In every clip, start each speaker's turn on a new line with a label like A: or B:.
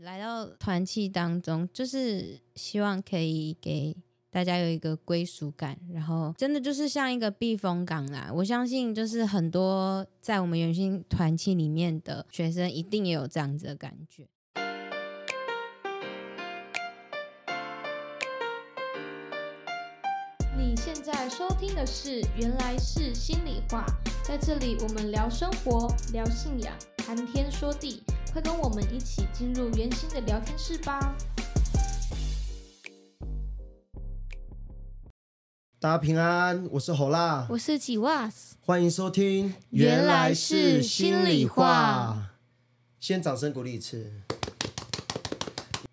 A: 来到团契当中，就是希望可以给大家有一个归属感，然后真的就是像一个避风港啦。我相信，就是很多在我们原先团契里面的学生，一定也有这样子的感觉。
B: 你现在收听的是《原来是心里话》，在这里我们聊生活、聊信仰、谈天说地，快跟我们一起进入圆心的聊天室吧。
C: 大家平安，我是侯辣，
B: 我是吉瓦斯，
C: 欢迎收听。
B: 原来是心里话，
C: 先掌声鼓励一次。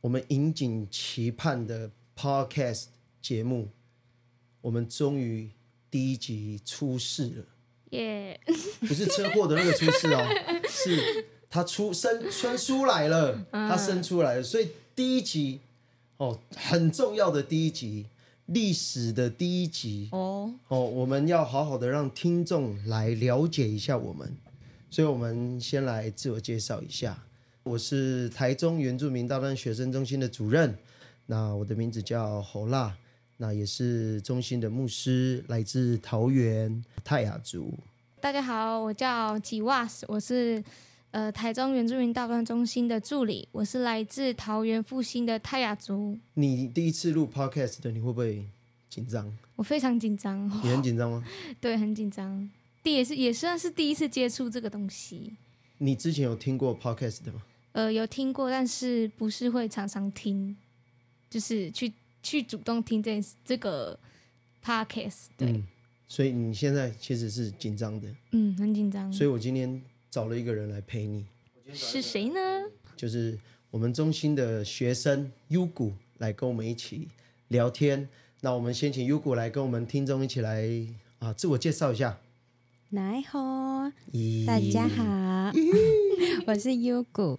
C: 我们引颈期盼的 Podcast 节目，我们终于第一集出事了，
B: 耶、
C: 不是车祸的那个出事哦，是他出生生出来了，他生出来了，所以第一集哦，很重要的第一集，历史的第一集
A: 哦，
C: 哦，我们要好好的让听众来了解一下我们，所以我们先来自我介绍一下。我是台中原住民大专学生中心的主任，那我的名字叫侯辣，那也是中心的牧师，来自桃园泰雅族。
D: 大家好，我叫吉瓦斯，我是呃台中原住民大专中心的助理，我是来自桃园复兴的泰雅族，
C: 你第一次录 podcast 的，你会不会紧张？
D: 我非常紧张，
C: 你很紧张吗？
D: 对，很紧张，第也是也算是第一次接触这个东西，
C: 你之前有听过 podcast 的吗？
D: 呃，有听过，但是不是会常常听，就是去去主动听这件事这个 podcast，对，
C: 嗯，所以你现在其实是紧张的，
D: 嗯，很紧张，
C: 所以我今天找了一个人来陪你。
D: 是谁呢？
C: 就是我们中心的学生 U 谷来跟我们一起聊天。那我们先请 U 谷来跟我们听众一起来啊自我介绍一下。
A: 来吼！
C: 咦
A: 大家，好， 我是 Yugu，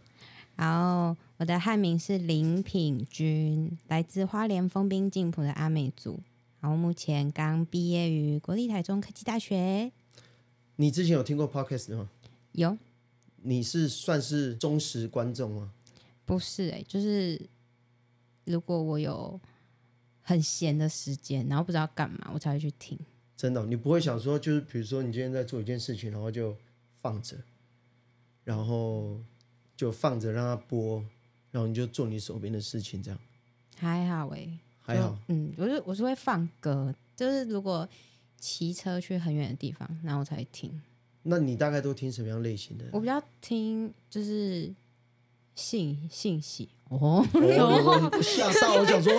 A: 然后我的汉名是林品君，来自花莲丰滨静浦的阿美族，然后目前刚毕业于国立台中科技大学。
C: 你之前有听过 Podcast 吗？
A: 有
C: 你是算是忠实观众吗？
A: 不是哎、就是如果我有很闲的时间，然后不知道干嘛，我才会去听。
C: 真的哦、你不会想说，就是比如说你今天在做一件事情，然后就放着，然后就放着让它播，然后你就做你手边的事情，这样
A: 还好哎、
C: 还好
A: 就。
C: 欸
A: 嗯，我是我是会放歌，就是如果骑车去很远的地方，然后我才会听。
C: 那你大概都听什么样类型的？
A: 我比较听就是信信息哦，
C: 哦，我吓到，我想说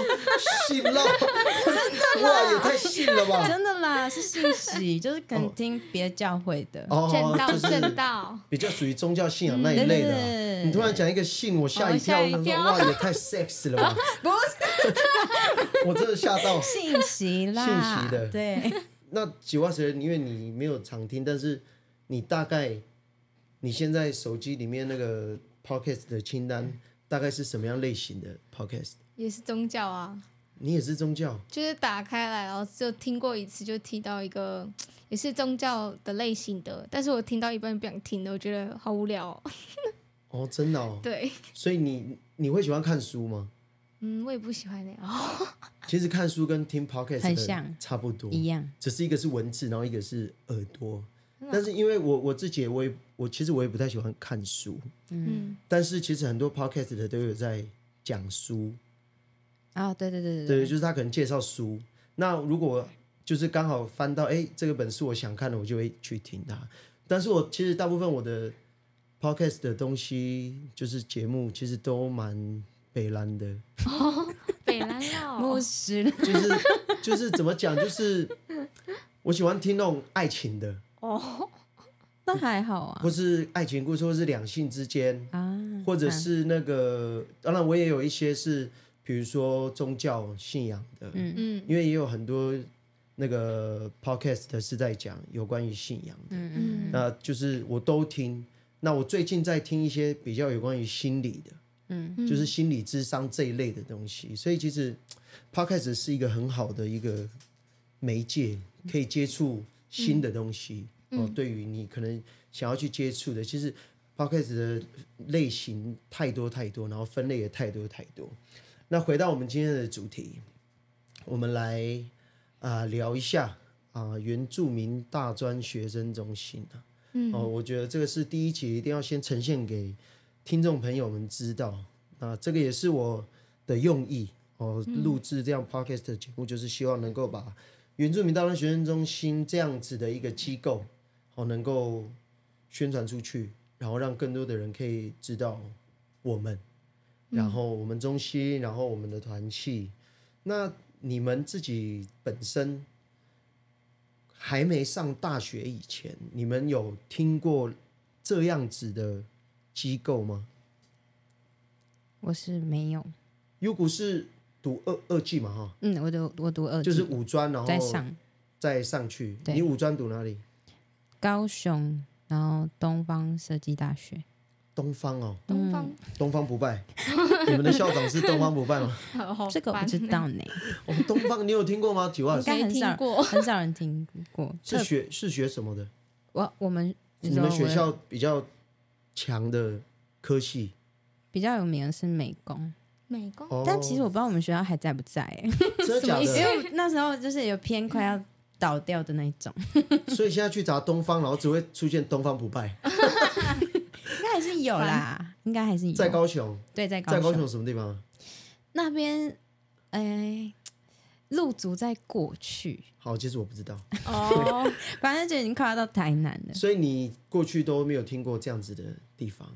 C: 信了，哇，也太信了吧！
A: 真的啦，是信息，就是可能听别的教会的，
D: 正
C: 哦，
D: 道，
C: 就是
D: 正道，
C: 比较属于宗教信仰那一类的啊。你突然讲一个信，我吓一
D: 哦
C: 跳，我
D: 吓一
C: 想说
D: 跳
C: 哇，也太 sex 了吧！
A: 不是
C: 我真的吓到。
A: 信息啦，
C: 信息的哦
A: 对，
C: 那几万谁？因为你没有常听，但是你大概你现在手机里面那个 podcast 的清单大概是什么样类型的 podcast？
D: 也是宗教啊。
C: 你也是宗教，
D: 就是打开来，然后就听过一次，就听到一个也是宗教的类型的，但是我听到一半不想听了，我觉得好无聊、哦。
C: 哦，真的哦。
D: 对，
C: 所以你你会喜欢看书吗？
D: 嗯，我也不喜欢那样。哦，
C: 其实看书跟听 podcast
A: 很像
C: 差不多，
A: 一样，嗯
C: 只是一个是文字，然后一个是耳朵。但是因为我我自己也我也我其实我也不太喜欢看书，
D: 嗯，
C: 但是其实很多 podcast 的都有在讲书，
A: 哦，对对对
C: 对，
A: 对，
C: 就是他可能介绍书。那如果我就是刚好翻到哎这个本书我想看的，我就会去听它。但是我其实大部分我的 podcast 的东西就是节目，其实都蛮北兰的，
D: 嗯北兰 哦，
A: 牧师啦
C: 就是就是怎么讲，就是我喜欢听那种爱情的，
A: 那还好啊
C: 或是爱情故事，或是两性之间，
A: 啊，
C: 或者是那个，当然我也有一些是，比如说宗教信仰的，
A: 嗯
D: 嗯
C: 因为也有很多那个 podcast 是在讲有关于信仰的，
A: 嗯嗯
C: 那就是我都听。那我最近在听一些比较有关于心理的，
A: 嗯，
D: 嗯
C: 就是心理智商这一类的东西，所以其实 podcast 是一个很好的一个媒介，可
D: 嗯
C: 以接触新的东西。哦，对于你可能想要去接触的，其实 podcast 的类型太多太多，然后分类也太多太多。那回到我们今天的主题，我们来啊、聊一下啊、原住民大专学生中心啊。
D: 嗯
C: 哦，我觉得这个是第一集一定要先呈现给听众朋友们知道。那这个也是我的用意哦，录制这样 podcast 的节目，就是希望能够把原住民大专学生中心这样子的一个机构，哦，能够宣传出去，然后让更多的人可以知道我们，然后我们中心，然后我们的团契。那你们自己本身还没上大学以前，你们有听过这样子的机构吗？
A: 我是没有，
C: 优谷是读二二技嘛，哈，
A: 嗯，我读我读二
C: 就是
A: 技
C: 五哦专，然后
A: 在上
C: 再上去。
A: 对
C: 你五专读哪里？
A: 高雄，然后东方设计大学，
C: 东方哦，
D: 东方
C: 东方不 败。你们的校长是东方不败吗？
D: 好
A: 嗯这个我不知 道呢，
C: 哦，东方你有听过吗？几万
A: 应该很少
D: 没听过
A: 很少人听过。
C: 是
A: 特
C: 学是学什么的？
A: 我我们
C: 你们
A: 说
C: 学
A: 我
C: 校比较强的科系？
A: 比较有名的是美工，
D: 美工
C: 哦，
A: 但其实我不知道我们学校还在不在、欸，
C: 真的假
A: 因
C: 的？
A: 为我那时候就是有偏快要倒掉的那一种，
C: 所以现在去查东方，然后只会出现东方不败。
A: 应该还是有啦， 应该还是有。
C: 在高雄，
A: 对，在
C: 在
A: 高
C: 高雄什么地方？
A: 那边，哎，陆足在过去，
C: 好，其实我不知道，
D: 哦，
A: 反正就已经快要到台南了。
C: 所以你过去都没有听过这样子的地方，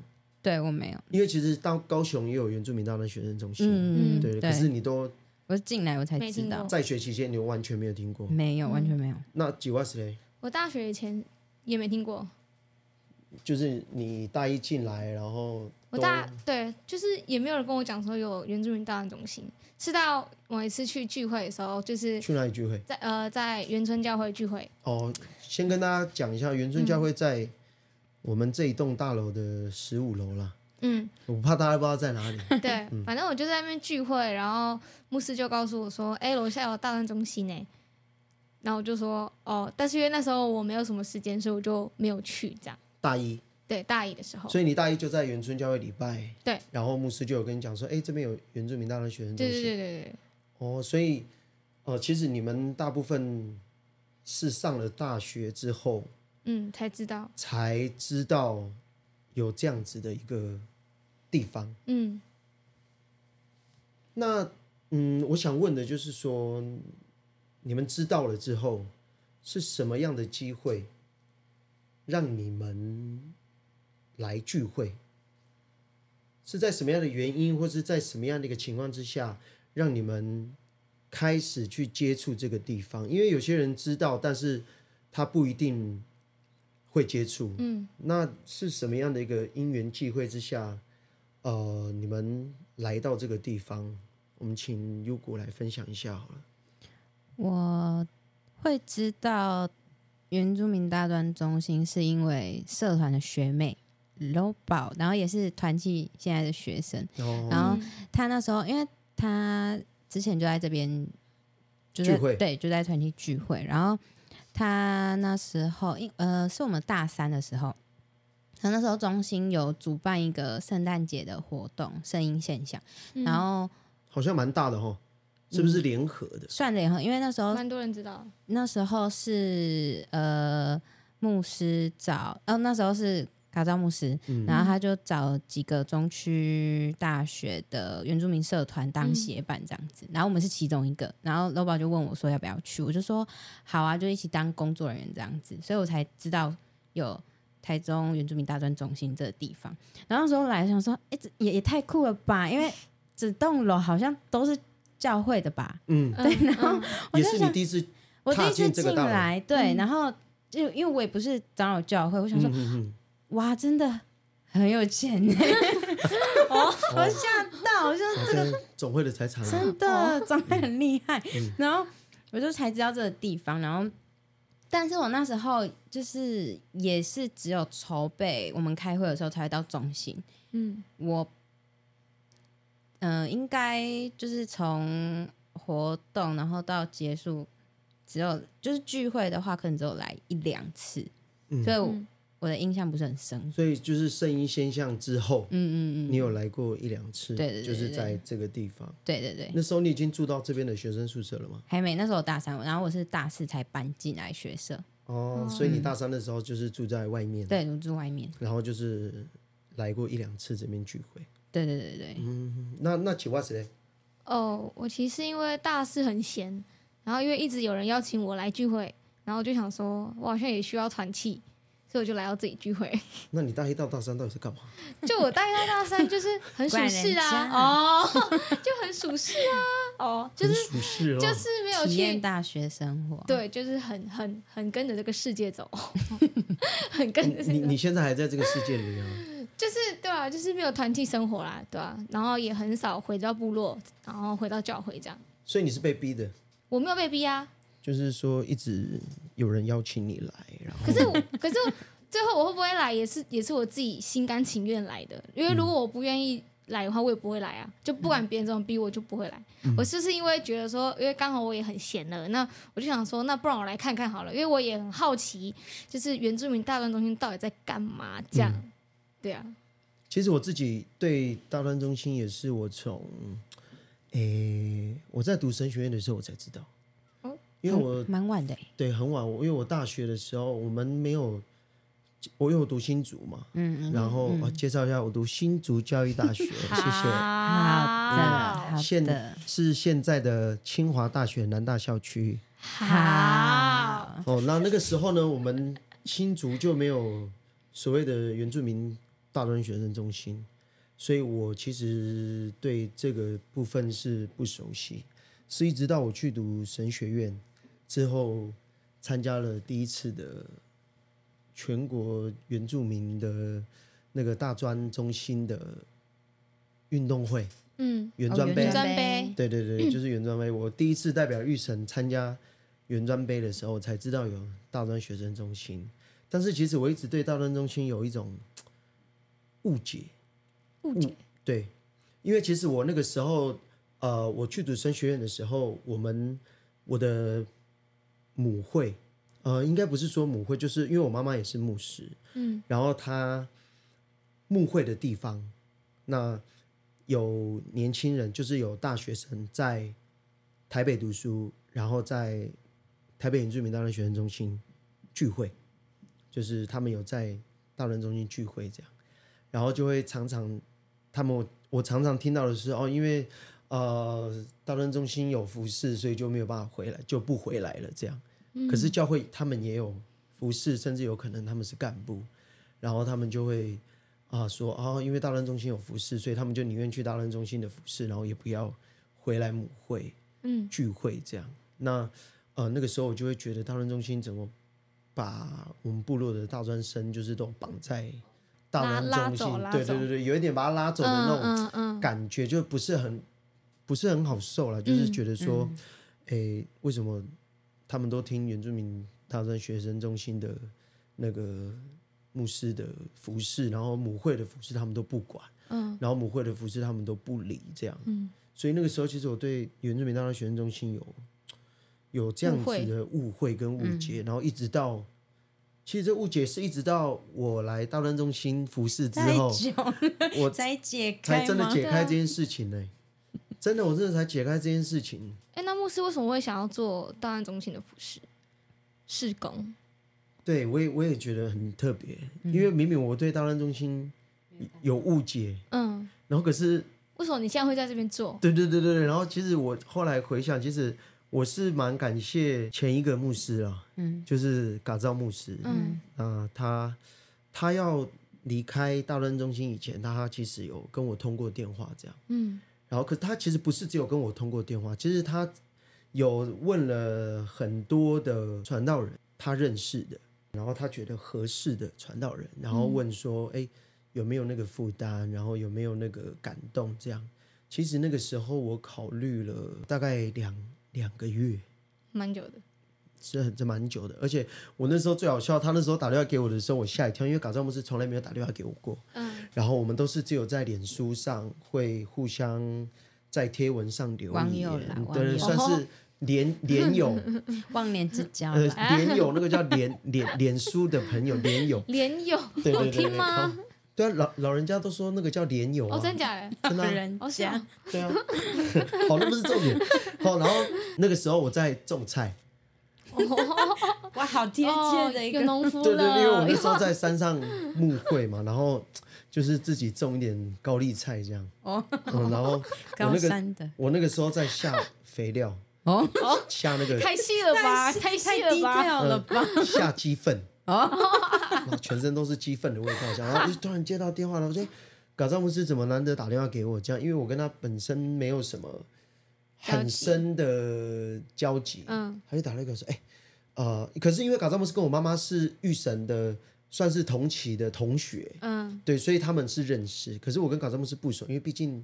A: 对我没有，
C: 因为其实到高雄也有原住民大专学生中心，
A: 嗯，
D: 嗯
C: 对，可是你都
A: 我是进来我才
D: 没
A: 知
D: 听
A: 道
D: 过，
C: 在学期间你完全没有听
D: 嗯
C: 过，
A: 没有，完全没有。
C: 那几万是嘞？
D: 我大学以前也没听过。
C: 就是你大一进来，然后
D: 我
C: 都
D: 大对，就是也没有人跟我讲说有原住民大安中心，是到某一次去聚会的时候，就是
C: 去哪里聚会？
D: 在呃在原村教会聚会，
C: 哦，先跟大家讲一下，元春教会在我们这一栋大楼的十五楼啦，
D: 嗯，
C: 我怕大家不知道在 哪里。
D: 对，反正我就在那边聚会，然后牧师就告诉我说，哎、楼下有大安中心呢，然后我就说哦，但是因为那时候我没有什么时间，所以我就没有去这样。
C: 大一，
D: 对，大一的时候，
C: 所以你大一就在元春教会礼拜，
D: 对，
C: 然后牧师就有跟你讲说，哎，这边有原住民大专学生中
D: 对
C: 心，
D: 对对对对，
C: 哦，所以呃，其实你们大部分是上了大学之后
D: 嗯，才知道，
C: 才知道有这样子的一个地方。
D: 嗯，
C: 那嗯，我想问的就是说，你们知道了之后，是什么样的机会让你们来聚会？是在什么样的原因，或是在什么样的一个情况之下，让你们开始去接触这个地方？因为有些人知道，但是他不一定会接触。
D: 嗯，
C: 那是什么样的一个因缘际会之下，呃，你们来到这个地方？我们请优谷来分享一下好了。
A: 我会知道原住民大专中心是因为社团的学妹 l 宝，然后也是团契现在的学生。
C: 哦，
A: 然后
D: 嗯
A: 她那时候，因为她之前就在这边，就是
C: 聚会
A: 对，就在团契聚会。然后她那时候，因呃，是我们大三的时候，她那时候中心有主办一个圣诞节的活动，声音现象，
D: 嗯
A: 然后
C: 好像蛮大的哈，是不是联合的？
A: 算了以后，因为那时候
D: 嗯蛮多人知道，
A: 那时候是呃牧师找，哦那时候是卡扎牧师，然后他就找几个中区大学的原住民社团当协办这样子，然后我们是其中一个，然后 Lobo 就问我说要不要去，我就说好啊，就一起当工作人员这样子，所以我才知道有。台中原住民大专中心这个地方，然后那时候来想说，哎、这也也太酷了吧！因为整栋楼好像都是教会的吧，
C: 嗯，
D: 对，然后
A: 我
C: 也
A: 在
C: 是你
A: 想
C: 第一次，
A: 我第
C: 踏
A: 一
C: 进
A: 次
C: 这个
A: 进
C: 大楼
A: 来，对，
D: 嗯
A: 然后就因为我也不是长老教会，我想说，
C: 嗯
A: 哇，真的很有钱呢，
C: 嗯嗯，
A: 吓到，我就
C: 这个总会的财产啊，
A: 真
D: 哦
A: 的长得很厉害，
D: 嗯
A: 然后我就才知道这个地方，然后。但是我那时候就是也是只有筹备，我们开会的时候才会到中心。
D: 嗯
A: 我，嗯、应该就是从活动然后到结束，只有就是聚会的话，可能只有来一两次，
C: 嗯
A: 所以我
D: 嗯
A: 我的印象不是很深。
C: 所以就是圣婴现象之后，
A: 嗯嗯
C: 你有来过一两次，
A: 对对对
C: 就是
A: 对哎
C: 在这个地方。
A: 对对对，
C: 那时候你已经住到这边的学生宿舍了吗？
A: 还没那时候我大三，然后我是大四才搬进来学社，
C: 哦，
D: 哦
C: 所以你大三的时候就是住在外面，，
A: 对，我住外面。
C: 然后就是来过一两次这边聚会。
A: 对对对对，
C: 嗯，那那请问谁嘞？
D: 哦，我其实因为大四很闲，然后因为一直有人邀请我来聚会，然后我就想说，我好像也需要喘气，所以我就来到这里聚会。
C: 那你大一到大三到底是干嘛？
D: 就我大一到大三就是很属事
A: 怪人
D: 啊，
A: 家
D: 哦， 就很属事啊，哦，就是
C: 很属实哦，
D: 就是没有
A: 体验
D: 去，
A: 大学生活。
D: 对，就是很很很跟着这个世界走， 很跟着这
C: 你
D: 个
C: 你现在还在这个世界里啊？
D: 就是对啊，就是没有团体生活啦，对啊，然后也很少回到部落，然后回到教会这样。
C: 所以你是被逼的，
D: 我没有被逼啊，
C: 就是说一直有人邀请你来，然后
D: 可是我， 可是我最后我会不会来，也是也是我自己心甘情愿来的。因为如果我不愿意来的话，我也不会来啊。就不管别人怎么逼我，就不会来。我就是因为觉得说，因为刚好我也很闲了，那我就想说，那不然我来看看好了，因为我也很好奇，就是原住民大专中心到底在干嘛这样。对啊，
C: 其实我自己对大专中心也是我从，诶、我在读神学院的时候我才知道，
D: 哦
C: 因为我
A: 蛮晚的欸，
C: 对很晚，我因为我大学的时候我们没有，我因为我读新竹嘛，
A: 嗯，嗯
C: 然后我介绍一下，我读新竹教育 大学，谢啊
A: 好
C: 谢，
A: 的，好
C: 现
A: 的，
C: 是现在的清华大学南大校区。
D: 好，
A: 好，
C: 哦，那那个时候呢，我们新竹就没有所谓的原住民大专学生中心，所以我其实对这个部分是不熟悉，是一直到我去读神学院之后，参加了第一次的全国原住民的那个大专中心的运动会，
D: 嗯，
C: 原专
A: 哦
C: 杯
A: 原，
D: 专杯
C: 对对对，就是原专杯。我第一次代表玉成参加原专杯的时候，才知道有大专学生中心。但是其实我一直对大专中心有一种误解，
D: 误解
C: 对，因为其实我那个时候，呃，我去读神学院的时候，我们我的母会，呃，应该不是说母会，就是因为我妈妈也是牧师，
D: 嗯，
C: 然后她牧会的地方，那有年轻人，就是有大学生在台北读书，然后在台北原住民大专学生中心聚会，就是他们有在大专中心聚会这样，然后就会常常他们我我常常听到的是哦，因为呃大专中心有服侍，所以就没有办法回来，就不回来了这样。
D: 嗯
C: 可是教会他们也有服侍，甚至有可能他们是干部，然后他们就会啊、说哦，因为大专中心有服侍，所以他们就宁愿去大专中心的服侍，然后也不要回来母会
D: 嗯
C: 聚会这样。那呃那个时候我就会觉得大专中心怎么把我们部落的大专生就是都绑在
D: 拉
C: 大专中
D: 拉走
C: 心，
D: 拉
C: 对对
D: 走
C: 对对，有一点把他拉走的那种
D: 嗯嗯嗯，
C: 感觉就不是很不是很好受了，就是觉得说，
D: 嗯
C: 诶、为什么他们都听原住民大专学生中心的那个牧师的服饰，然后母会的服饰他们都不管，
D: 嗯，
C: 然后母会的服饰他们都不理，这样，
D: 嗯，
C: 所以那个时候其实我对原住民大专学生中心有有这样
D: 误会
C: 子的误会跟误解，
D: 嗯
C: 然后一直到。其实这误解是一直到我来大专中心服侍之
A: 太
C: 后，
A: 久
C: 我
A: 才解开
C: 才
A: 吗？
C: 真的解
D: 对
C: 开
D: 啊
C: 这件事情呢、真的，我真的才解开这件事情。
D: 哎、那牧师为什么会想要做档案中心的服饰施工？
C: 对我也我也觉得很特别，
A: 嗯
C: 因为明明我对大专中心有误解，
D: 嗯，
C: 然后可是
D: 为什么你现在会在这边做？
C: 对对对对，对然后其实我后来回想，其实我是蛮感谢前一个牧师啊，
A: 嗯
C: 就是嘎造牧师，
D: 嗯
C: 那、他他要离开大专中心以前，他其实有跟我通过电话这样。
D: 嗯
C: 然后可他其实不是只有跟我通过电话，其实他有问了很多的传道人，他认识的，然后他觉得合适的传道人，然后问说，哎、有没有那个负担，然后有没有那个感动这样。其实那个时候我考虑了大概两两个月，
D: 蛮久的。
C: 是很这蛮久的，而且我那时候最好笑，他那时候打电话给我的时候，我吓一跳，因为嘎扎姆斯从来没有打电话给我过。
D: 嗯
C: 然后我们都是只有在脸书上会互相在贴文上留
A: 网
C: 言嗯
A: 友啦，网
C: 对，
A: 友
C: 算
D: 哦
C: 是连 连友，
A: 忘年之交
C: 呃，
A: 吧。
C: 连友那个叫连 连脸书的朋友，连友，
D: 连友
C: 对对
D: 好
C: 对对
D: 听
C: 对，
D: 吗？
C: 好对啊，老老人家都说那个叫连友啊，
D: 哦，真假的？
C: 真的啊、
A: 人
D: 哦，是
A: 家
D: 啊，
C: 对啊， 好，那不是重点。好，然后那个时候我在种菜，
A: 哇，好贴
D: 哦
A: 切的一，
D: 有
A: 个
D: 农夫
C: 对对，因为我
D: 了哎
C: 那，时候在山上牧会嘛，然后就是自己种一点高丽菜这样，
A: 哦，
C: 嗯，然后我
A: 高
C: 那个
A: 山的
C: 我那个时候在下肥料，
A: 哦，
C: 下那个
D: 太细了吧，太
A: 太
D: 细了
A: 低
D: 吧，
A: 调了吧？
C: 呃下鸡粪，
A: 哦，
C: 然后全身都是鸡粪的味道，这样，然后就突然接到电话了，我就嘎扎姆斯怎么难得打电话给我这样，因为我跟他本身没有什么很深的交集，
D: 嗯，
C: 他就打了一个说，哎、呃，可是因为嘎扎姆斯跟我妈妈是玉神的，算是同期的同学，
D: 嗯，
C: 对，所以他们是认识，可是我跟嘎扎姆斯不熟，因为毕竟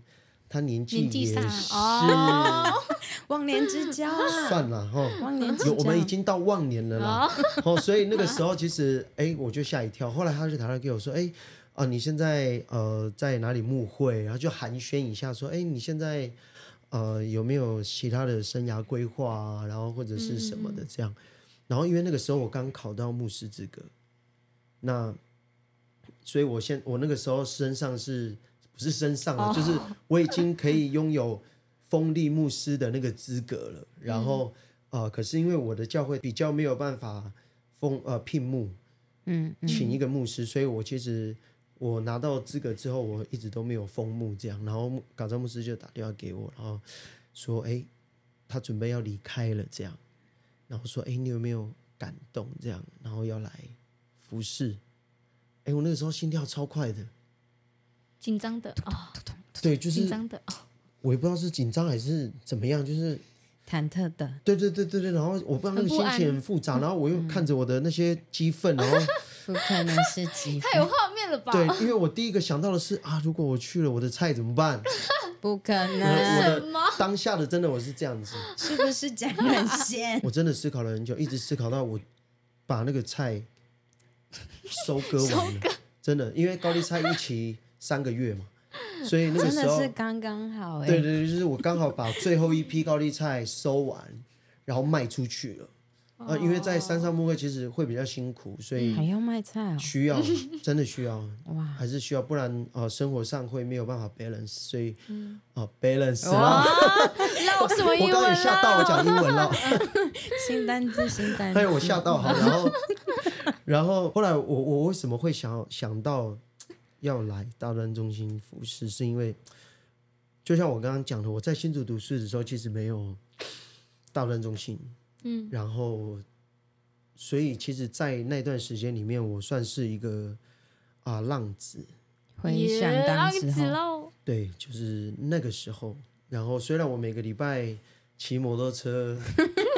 C: 他年纪
D: 年纪
C: 也是
D: 上哦
A: 忘年之交 啊，
C: 算了哈。
A: 忘年之
C: 有
A: 交，啊
C: 我们已经到忘年了啦， 哦，所以那个时候其实，哎，我就吓一跳。后来他就打来给我说，哎，啊，你现在呃在哪里募会？然后就寒暄一下，说，哎，你现在呃有没有其他的生涯规划啊？然后或者是什么的这样。然后因为那个时候我刚考到牧师资格，那所以我现我那个时候身上是不是身上
A: 哦
C: 啊？就是我已经可以拥有风力牧师的那个资格了。然后、
A: 嗯
C: 呃，可是因为我的教会比较没有办法封呃聘牧，
A: 嗯嗯
C: 请一个牧师，所以我其实我拿到资格之后，我一直都没有封牧这样。然后牧港造牧师就打电话给我，然后说：“哎，他准备要离开了这样。”然后说：“哎，你有没有感动这样？然后要来服侍。”哎，我那个时候心跳超快的，
D: 紧张的哦，
C: 对，就
D: 紧
C: 是
D: 张的哦，
C: 我也不知道是紧张还是怎么样，就是
A: 忐忑的，
C: 对对对对对，然后我不知道那个
D: 很
C: 心
D: 不安
C: 情很复杂，然后我又看着我的那些鸡粪，然后
A: 不可能是鸡
D: 太有画面了吧？
C: 对，因为我第一个想到的是啊，如果我去了，我的菜怎么办？
A: 不可
C: 我的我
A: 能，
C: 的
D: 什么
C: 当下的真的我是这样子，
A: 是不是讲 很鲜？
C: 我真的思考了很久，一直思考到我把那个菜收割完了，真的，因为高丽菜一期三个月嘛，所 以那个
A: 真
C: 时
A: 的
C: 候
A: 是刚刚好哎、
C: 对对对，就是我刚好把最后一批高丽菜收完，然后卖出去了。
A: 哦
C: 啊，因为在山上牧会其实会比较辛苦，所以
A: 还要卖菜哦，
C: 需要真的需要，
A: 哇！
C: 还是需要，不然呃生活上会没有办法 balance，所以啊 balance
A: 嗯哇
C: 啦，
D: 绕什么
C: 我
D: 英
C: 刚刚也
D: 文
C: 吓到我讲英文了，
A: 新单 字，新单
C: 哎
A: 字，
C: 我吓到好，然后 然后后来我我为什么会想想到要来大专中心服侍，是因为就像我刚刚讲的，我在新竹读书的时候其实没有大专中心，
D: 嗯，
C: 然后，所以其实，在那段时间里面，我算是一个啊、浪子，
A: 回想
D: 耶
A: 当
D: 浪
A: 时
D: 子
A: 候，
D: 喽，
C: 对，就是那个时候。然后，虽然我每个礼拜骑摩托车，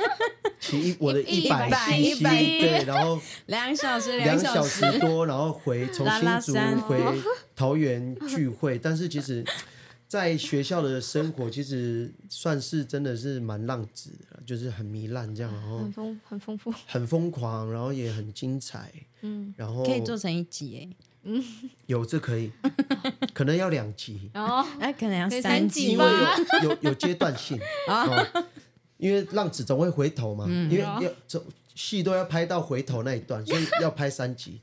C: 骑一我的
D: 一
C: 百
A: 百
C: cc，
A: 一百
C: 对，然后
A: 两小时，哦
C: 两
A: 小
C: 小时多，然 后回从
A: 拉拉
C: 新竹
A: 山
C: 回桃园聚会，但是其实。在学校的生活其实算是真的是蛮浪子的，就是很糜烂这样，然后
A: 嗯
D: 很丰很 丰富，
C: 很疯狂，然后也很精彩，嗯，然后
A: 可以做成一集
C: 有这可以，可能要两集，
D: 然后
A: 哎，哎，可能要
D: 可以
A: 三
D: 三
A: 集
D: 集
C: 因为有有有阶段性啊、哦因为浪子总会回头嘛，因为要走戏都要拍到回头那一段，所以要拍三集。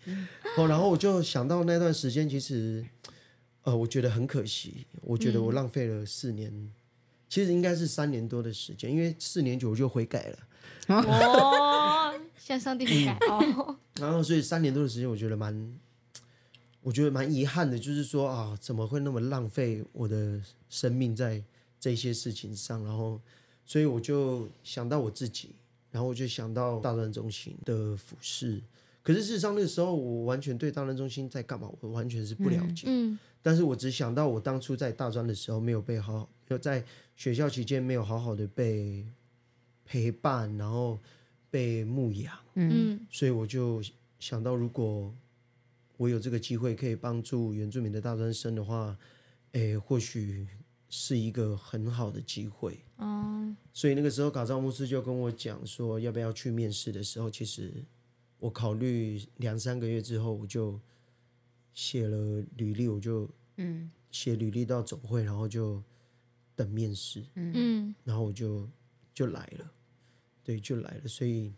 C: 哦，然后我就想到那段时间，其实呃，我觉得很可惜，我觉得我浪费了四年，其实应该是三年多的时间，因为四年九我就悔改了。
D: 哦，向上帝悔改哦，
C: 然后所以三年多的时间，我觉得蛮，我觉得蛮遗憾的，就是说啊，怎么会那么浪费我的生命在这些事情上？然后，所以我就想到我自己，然后我就想到大专中心的服饰。可是事实上，那个时候我完全对大专中心在干嘛，我完全是不了解。
D: 嗯，
C: 但是我只想到我当初在大专的时候没有被好好，没有在学校期间没有好好的被陪伴，然后被牧养。
D: 嗯
C: 所以我就想到，如果我有这个机会可以帮助原住民的大专生的话，诶，或许是一个很好的机会。
D: 哦，
C: 所以那个时候，嘎造牧师就跟我讲说，要不要去面试的时候，其实我考虑两三个月之后，我就写了履历，我就
A: 嗯
C: 写履历到总会，然后就等面试，
D: 嗯
C: 然后我就就来了。对，就来了。所以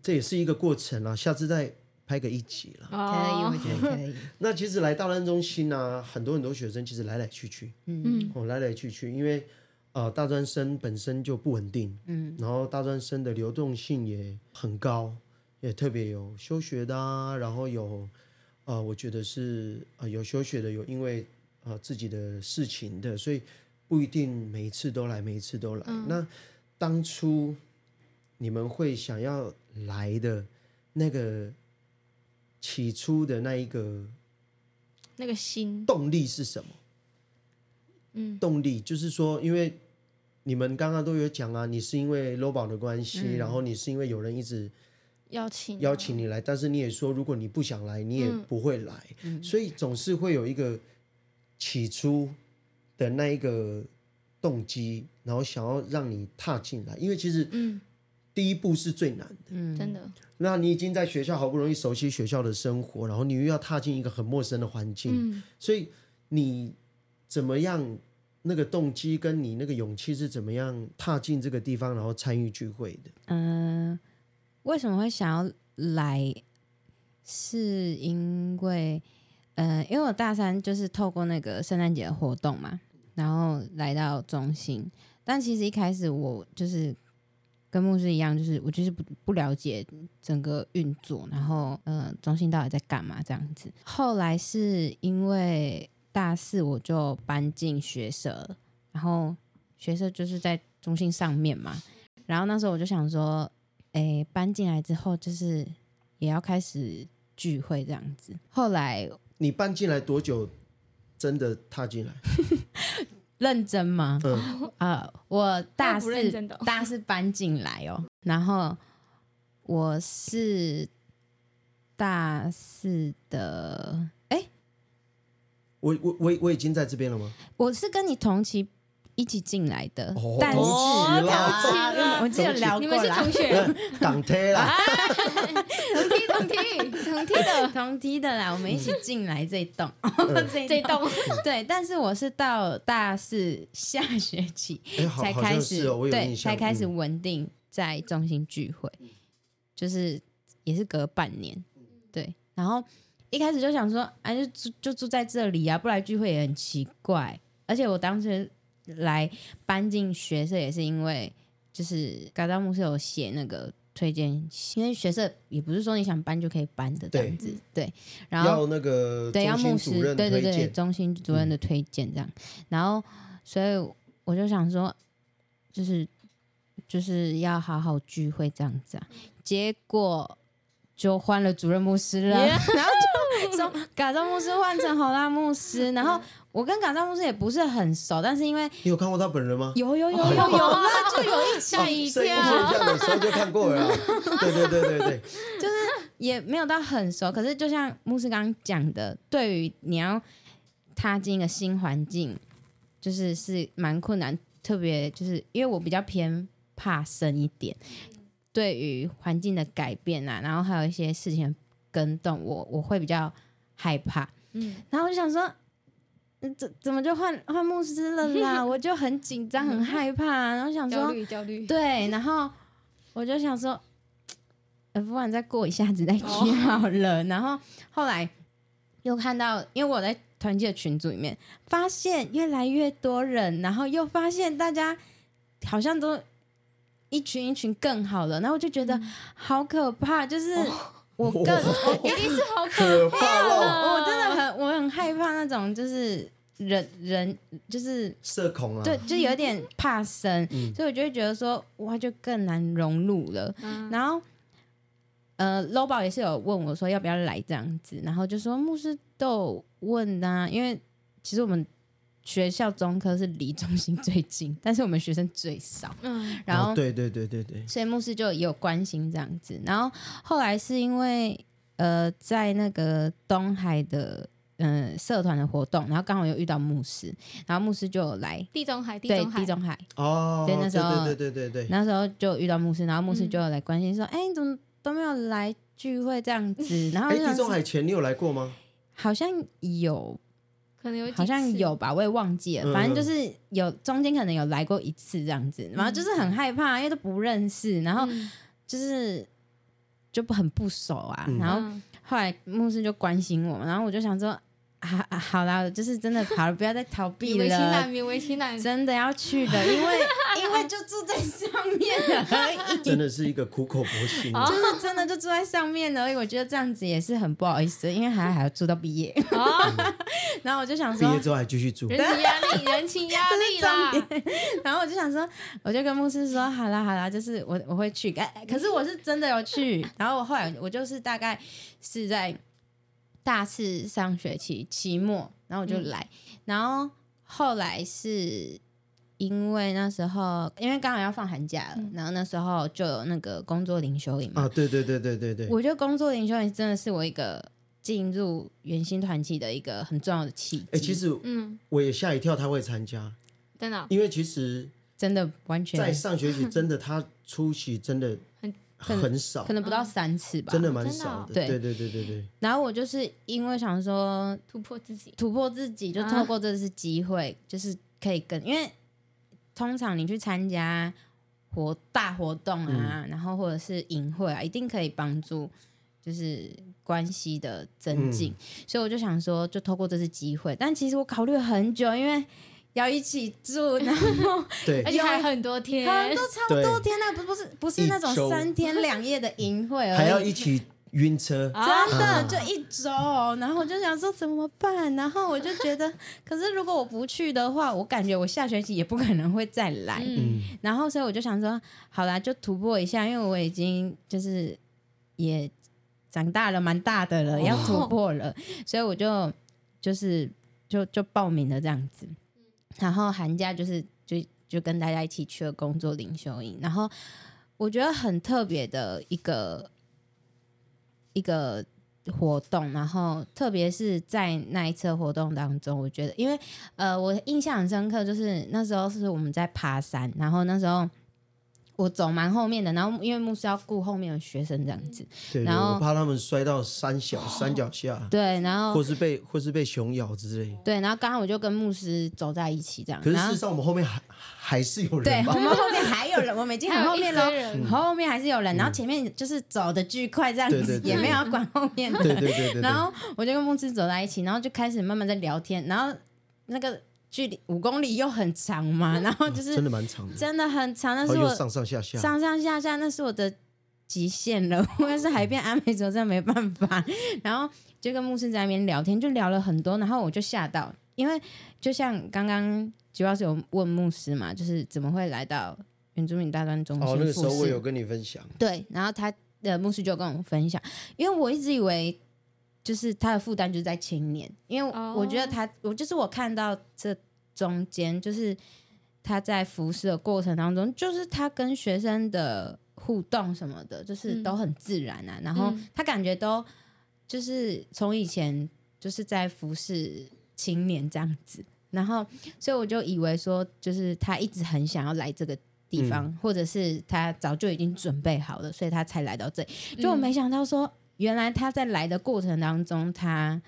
C: 这也是一个过程啦，下次再拍个一集啦。
A: 可以，
D: 哦
A: 我，觉得可以。
C: 那其实来大专中心啊，很多很多学生其实来来去去，
D: 嗯，
C: 哦，来来去去，因为呃大专生本身就不稳定，嗯，然后大专生的流动性也很高，也特别有休学的啊，然后有呃，我觉得是呃有休学的，有因为呃自己的事情的，所以不一定每一次都来，每一次都来。那当初你们会想要来的那个起初的那一个
D: 那个心，
C: 动力是什么？
D: 嗯，
C: 动力就是说，因为你们刚刚都有讲啊，你是因为 l o b o 的关系，
D: 嗯
C: 然后你是因为有人一直
D: 邀请
C: 邀请你来，但是你也说，如果你不想来，你也
D: 嗯
C: 不会来，所以总是会有一个起初的那一个动机，然后想要让你踏进来，因为其实
D: 嗯，
C: 第一步是最难的。
D: 真的，
C: 那你已经在学校好不容易熟悉学校的生活，然后你又要踏进一个很陌生的环境，
D: 嗯
C: 所以你怎么样那个动机跟你那个勇气是怎么样踏进这个地方，然后参与聚会的？
A: 嗯、为什么会想要来？是因为，呃，因为我大三就是透过那个圣诞节的活动嘛，然后来到中心。但其实一开始我就是跟牧师一样，就是我就是不不了解整个运作，然后嗯、呃中心到底在干嘛这样子。后来是因为大四我就搬进学社了，然后学社就是在中心上面嘛，然后那时候我就想说，诶，搬进来之后就是也要开始聚会这样子。后来
C: 你搬进来多久？真的踏 进来？
A: 认真吗？
C: 嗯，
A: 啊，我大
D: 不认
A: 四
D: 真的哦
A: 大四搬进来哦，然后我是大四的，
C: 我我我我已经在这边了 吗？
A: 我是跟你同期一起进来的，
C: 哦
A: 但是
C: 同期啦
D: 同期啦
A: 我记得聊
D: 你
A: 过
D: 们是
A: 啦
D: 同学，
C: 那港铁啦，
A: 啊
D: 同梯同梯同梯的
A: 同梯的啦，我们一起进来这一栋，一
D: 这一栋，
A: 对，但是我是到大四下学期
C: 哎，好，
A: 才
C: 好
A: 开
C: 像
A: 始、
C: 是哦，我有
A: 对
C: 印象，
A: 才开始
C: 嗯
A: 稳定在中心聚会，就是也是隔半年，对。然后一开始就想说，啊，就住就住在这里啊，不来聚会也很奇怪。而且我当时来搬进学社也是因为，就是嘎达姆是有写那个推荐信，因为学社也不是说你想搬就可以搬的这样子，对。然后
C: 要那个
A: 对，要
C: 呃中心
A: 牧
C: 主
A: 师，
C: 任
A: 对对
C: 推
A: 对，
C: 荐，嗯
A: 中心主任的推荐这样。然后，所以我就想说，就是就是要好好聚会这样子啊。结果就换了主任牧师了然后就从嘎造牧师换成侯拉牧师。然后我跟嘎造牧师也不是很熟，但是因为
C: 你有看过他本人吗？
A: 有有有有有啊
D: 啊
A: 啦，就有一
D: 吓一
C: 声音
D: 跳，
A: 哦
C: 下的时候就看过 了啦，啊对对对对对，
A: 也没有到很熟，可是就像牧师刚刚讲的，对于你要踏进一个新环境，就是是蛮困难，特别就是因为我比较偏怕生一点，对于环境的改变啊，然后还有一些事情的跟动，我我会比较害怕，
D: 嗯，
A: 然后我就想说，嗯怎怎么就换换牧师了啦？我就很紧张，很害怕、啊，然后想
D: 焦
A: 说，
D: 虑焦 虑，
A: 对，然后我就想说，呃，不然再过一下子再去好了。然后后来又看到，因为我在团结群组里面发现越来越多人，然后又发现大家好像都一群一群更好了，然后我就觉得好可怕，就是我更、我
D: 一定是好可
C: 可怕哦了，
A: 我我真的很我很害怕那种就是人人就是。
C: 社恐啊，
A: 对，就有点怕生，
C: 嗯
A: 所以我就会觉得说，哇，就更难融入了。
D: 嗯
A: 然后，呃，Lobo 也是有问我说要不要来这样子，然后就说牧师都有问啊，因为其实我们学校中科是离中心最近，但是我们学生最少，
D: 嗯
A: 然后、
C: 哦对对对对对，
A: 所以牧师就也有关心这样子。然后后来是因为呃，在那个东海的嗯、呃社团的活动，然后刚好有遇到牧师，然后牧师就有来。
D: 地中海地
A: 对
D: 中海
A: 地中海，
C: 哦，
A: 对那时候
C: 对对对对对
A: 那时候就遇到牧师，然后牧师
D: 嗯
A: 就有来关心说：“哎、你怎么都没有来聚会这样子？”然后
C: 哎，
A: 我就想
C: 地中
A: 说
C: 海前你有来过吗？
A: 好像有
D: 可能有几
A: 好像
D: 次
A: 有吧，我也忘记了。
C: 嗯
A: 反正就是有中间可能有来过一次这样子，
C: 嗯
A: 然后就是很害怕，因为都不认识，然后
D: 嗯
A: 就是就不很不熟啊。
C: 嗯
A: 然后
D: 嗯
A: 后来牧师就关心我，然后我就想说啊啊，好啦，就是真的好了，不要再逃
D: 勉
A: 避
D: 为其
A: 了
D: 难，，勉为其难。
A: 真的要去的，因为因为就住在上面而 已，
C: 真的是一个苦口婆心。
D: 哦
A: 就是真的就住在上面而已。我觉得这样子也是很不好意思，因为还还要住到毕业。
D: 哦，
A: 然后我就想
C: 毕
A: 说啊
C: 业，之后还继续住，
D: 人情压力，人情压力啦
A: 这。 然后我就想说，我就跟牧师说，好啦好啦，就是我我会去，哎、哎可是我是真的有去。然后我后来我就是大概是在大四上学期期末，然后我就来，然后后来是。因为那时候，因为刚好要放寒假了，
C: 嗯
A: 然后那时候就有那个工作灵修营嘛，
C: 啊，对对对对对对，
A: 我觉得工作灵修营真的是我一个进入圆心团体的一个很重要的契机。
C: 哎、其实
D: 嗯，
C: 我也吓一跳，他会参加，
D: 真的哦
C: 因为其实，
A: 真的完全
C: 在 上学期真的他出席真的
D: 很
C: 很少
A: 可，能不到三次吧，
C: 真的蛮
D: 真的
C: 少
D: 哦
C: 的。
A: 对
C: 对对对对对，
A: 然后我就是因为想说
D: 突破自己。
A: 突破自己，就透过这次机会，就是可以跟，因为通常你去参加活大活动
C: 嗯
A: 啊，然后或者是营会啊，一定可以帮助就是关系的增
C: 嗯
A: 进。所以我就想说，就透过这次机会，但其实我考虑了很久，因为要一起住，然后
C: 对
D: 而且还很多天，
A: 很多超多天那不不是不是那种
C: 一周
A: 三天两夜的营会而已，
C: 还要一起晕车，
D: 啊，
A: 真的就一周，然后我就想说怎么 办，然后我就觉得，可是如果我不去的话，我感觉我下学期也不可能会再来，
D: 嗯，
C: 嗯，
A: 然后所以我就想说，好啦，就突破一下，因为我已经就是也长大了，蛮大的了，要突破了，所以我就就是就就报名了这样子，然后寒假就是就就跟大家一起去了工作灵修营，然后我觉得很特别的一个一个活动，然后特别是在那一次活动当中，我觉得，因为呃，我印象很深刻，就是那时候是我们在爬山，然后那时候我走蛮后面的，然后因为牧师要顾后面的学生这样子，
C: 对对，
A: 然后
C: 我怕他们摔到山小山脚下，
A: 对，然后
C: 或是被或是被熊咬之类。
A: 对，然后刚好我就跟牧师走在一起这样，
C: 可是
A: 然
C: 事
A: 后
C: 实上，我们后面还还是有
A: 对
C: 人
A: 我
C: 吧？
A: 们后面还有人，我们已经
D: 还
A: 很
D: 有
A: 后
D: 一
A: 面
D: 堆
A: 了，
D: 人，
A: 后面还是有人，然后前面就是走的巨快这样
C: 嗯对
A: 子
C: 对，对
A: 也没有要管后面的
C: 对对对对对。
A: 然后我就跟梦之走在一起，然后就开始慢慢在聊天，然后那个距离五公里又很长嘛，然后就是
C: 嗯真的蛮长的，
A: 真的很长，那
C: 然
A: 是
C: 后
A: 我
C: 哦又上上下下，
A: 上上下下，那是我的极限了。 我要是海边阿美族，真的没办法。 然后就跟牧师在那边聊天，就聊了很多，然后我就吓到，因为就像刚刚菊老师有问牧师嘛，就是怎么会来到原住民大专中心
C: 哦，那个时
A: 复
C: 候我
A: 试
C: 有跟你分享，
A: 对，然后他的牧师就跟我分享，因为我一直以为就是他的负担就是在青年，因为我我觉得
D: 哦
A: 他，我就是我看到这中间就是他在服侍的过程当中，就是他跟学生的互动什么的，就是
D: 嗯
A: 都很自然啊，然后
D: 嗯
A: 他感觉都就是从以前就是在服侍青年这样子，然后所以我就以为说，就是他一直很想要来这个地方，
C: 嗯
A: 或者是他早就已经准备好了，所以他才来到这里。就我
D: 嗯
A: 没想到说，原来他在来的过程当中，他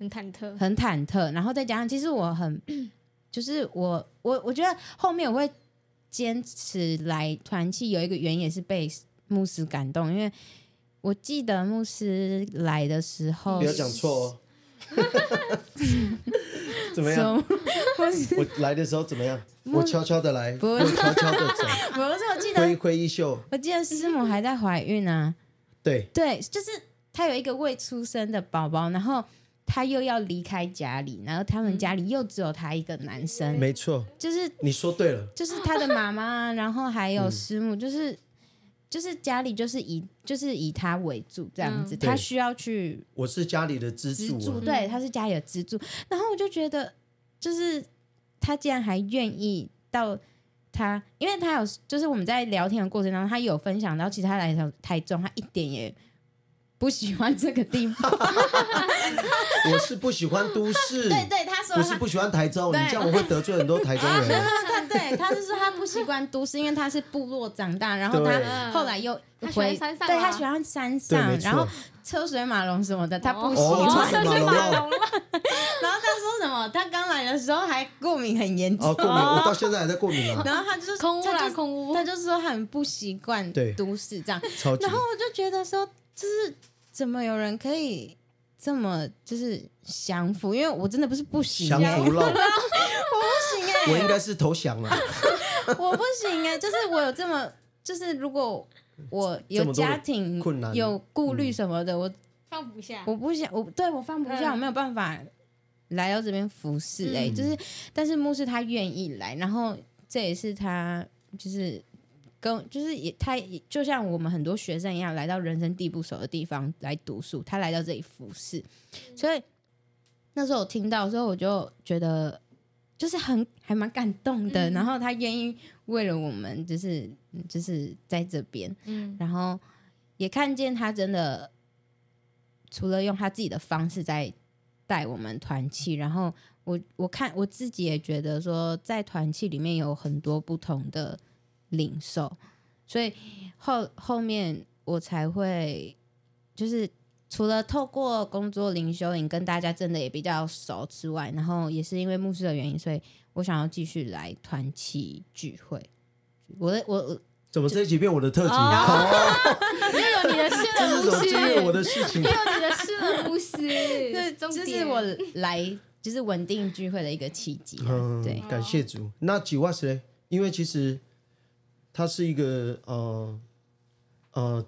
D: 很忐忑，
A: 很忐忑，然后再加上，其实我很，就是我我我觉得后面我会坚持来团契，有一个原因也是被牧师感动，因为我记得牧师来的时候，
C: 不要讲错哦。 怎么
A: 什
C: 样？
A: 么， 不是
C: 我来的时候怎 么样？我悄悄的来，
A: 不
C: 我悄悄的走，
A: 不是，我记
C: 挥
A: 得
C: 挥衣袖。
A: 我记得师母还在怀孕啊。
C: 对，
A: 对，就是他有一个未出生的宝宝，然后他又要离开家里，然后他们家里又只有他一个男生，
C: 没错，
A: 就是
C: 你说对了。
A: 就是他的妈妈，然后还有师 母，就是就是家里就是以就是以他为主这样子，
D: 嗯
A: 他
C: 对
A: 需要去
C: 我是家里的支
A: 资
C: 柱
A: 助，
C: 啊，
A: 对，他是家里的支柱。然后我就觉得，就是他竟然还愿意到他，因为他有，就是我们在聊天的过程当中，他有分享到，其实他来台台中，他一点也不喜欢这个地方。
C: 我是不喜欢都市，
E: 对对，他说
C: 我是
E: 他
C: 不喜欢台州，你
A: 对
C: 这样我会得罪很多台中 人。
A: 对，他是说他不习惯都市，因为他是部落长大，然后
C: 对
A: 他后来又
D: 嗯他喜欢
A: 回，
D: 山上
A: 对
D: 啊
A: 他喜欢山
C: 对，没
A: 上，然后
C: 错。
A: 车水马龙什么的，他不喜
C: 哦，
A: 欢。
C: 车水马
A: 然后
C: 龙要
A: 他说什么？他刚来的时候还过敏很严重，
C: 哦，过敏，我到现在还在 过敏啊，
A: 然后他就
D: 空屋
A: 他
D: 啦，
A: 就
D: 空屋
A: 他，就说很不习惯
C: 对
A: 都市这样。
C: 超级
A: 然。后我就觉得说，就是怎么有人可以这么就是降服？因为我真的不是不行、
C: 降
A: 欸，
C: 服了，
A: 不行哎、
C: 我应该是投降了。
A: 我不行哎、就是我有这么，就是如果我
C: 这
A: 有
C: 么多的
A: 家庭
C: 困难嗯
A: 有顾虑什么的，我
D: 放不下。
A: 我不想，我对我放不下，
D: 嗯
A: 我没有办法来到这边服侍哎、
D: 嗯
A: 就是，但是牧师他愿意来，然后这也是他就是跟就是也他也就像我们很多学生一样，来到人生地不熟的地方来读书，他来到这里服侍，所以那时候我听到的时候，我就觉得就是很还蛮感动的，
D: 嗯
A: 然后他愿意为了我们，就是就是在这边，
D: 嗯，
A: 然后也看见他真的除了用他自己的方式在带我们团契，然后我我看我自己也觉得说，在团契里面有很多不同的领受，所以后后面我才会就是。除了透过工作灵修营跟大家真的也比较熟之外，然后也是因为牧师的原因，所以我想要继续来团契聚会。我的我我
C: 怎么这一集变我的特辑？
D: 哦
C: 好啊，
D: 又有你的事
C: 这
D: 了，
C: 是
D: 牧
C: 怎么
D: 师，
C: 今
D: 又
C: 天我的事 情？
D: 有你的事了，牧师。
A: 对，
D: 重
A: 这是
D: 点
A: 我来就是稳定聚会的一个契机啊、
C: 嗯，
A: 对，
C: 感谢主。那几瓦斯嘞？因为其实它是一个呃呃，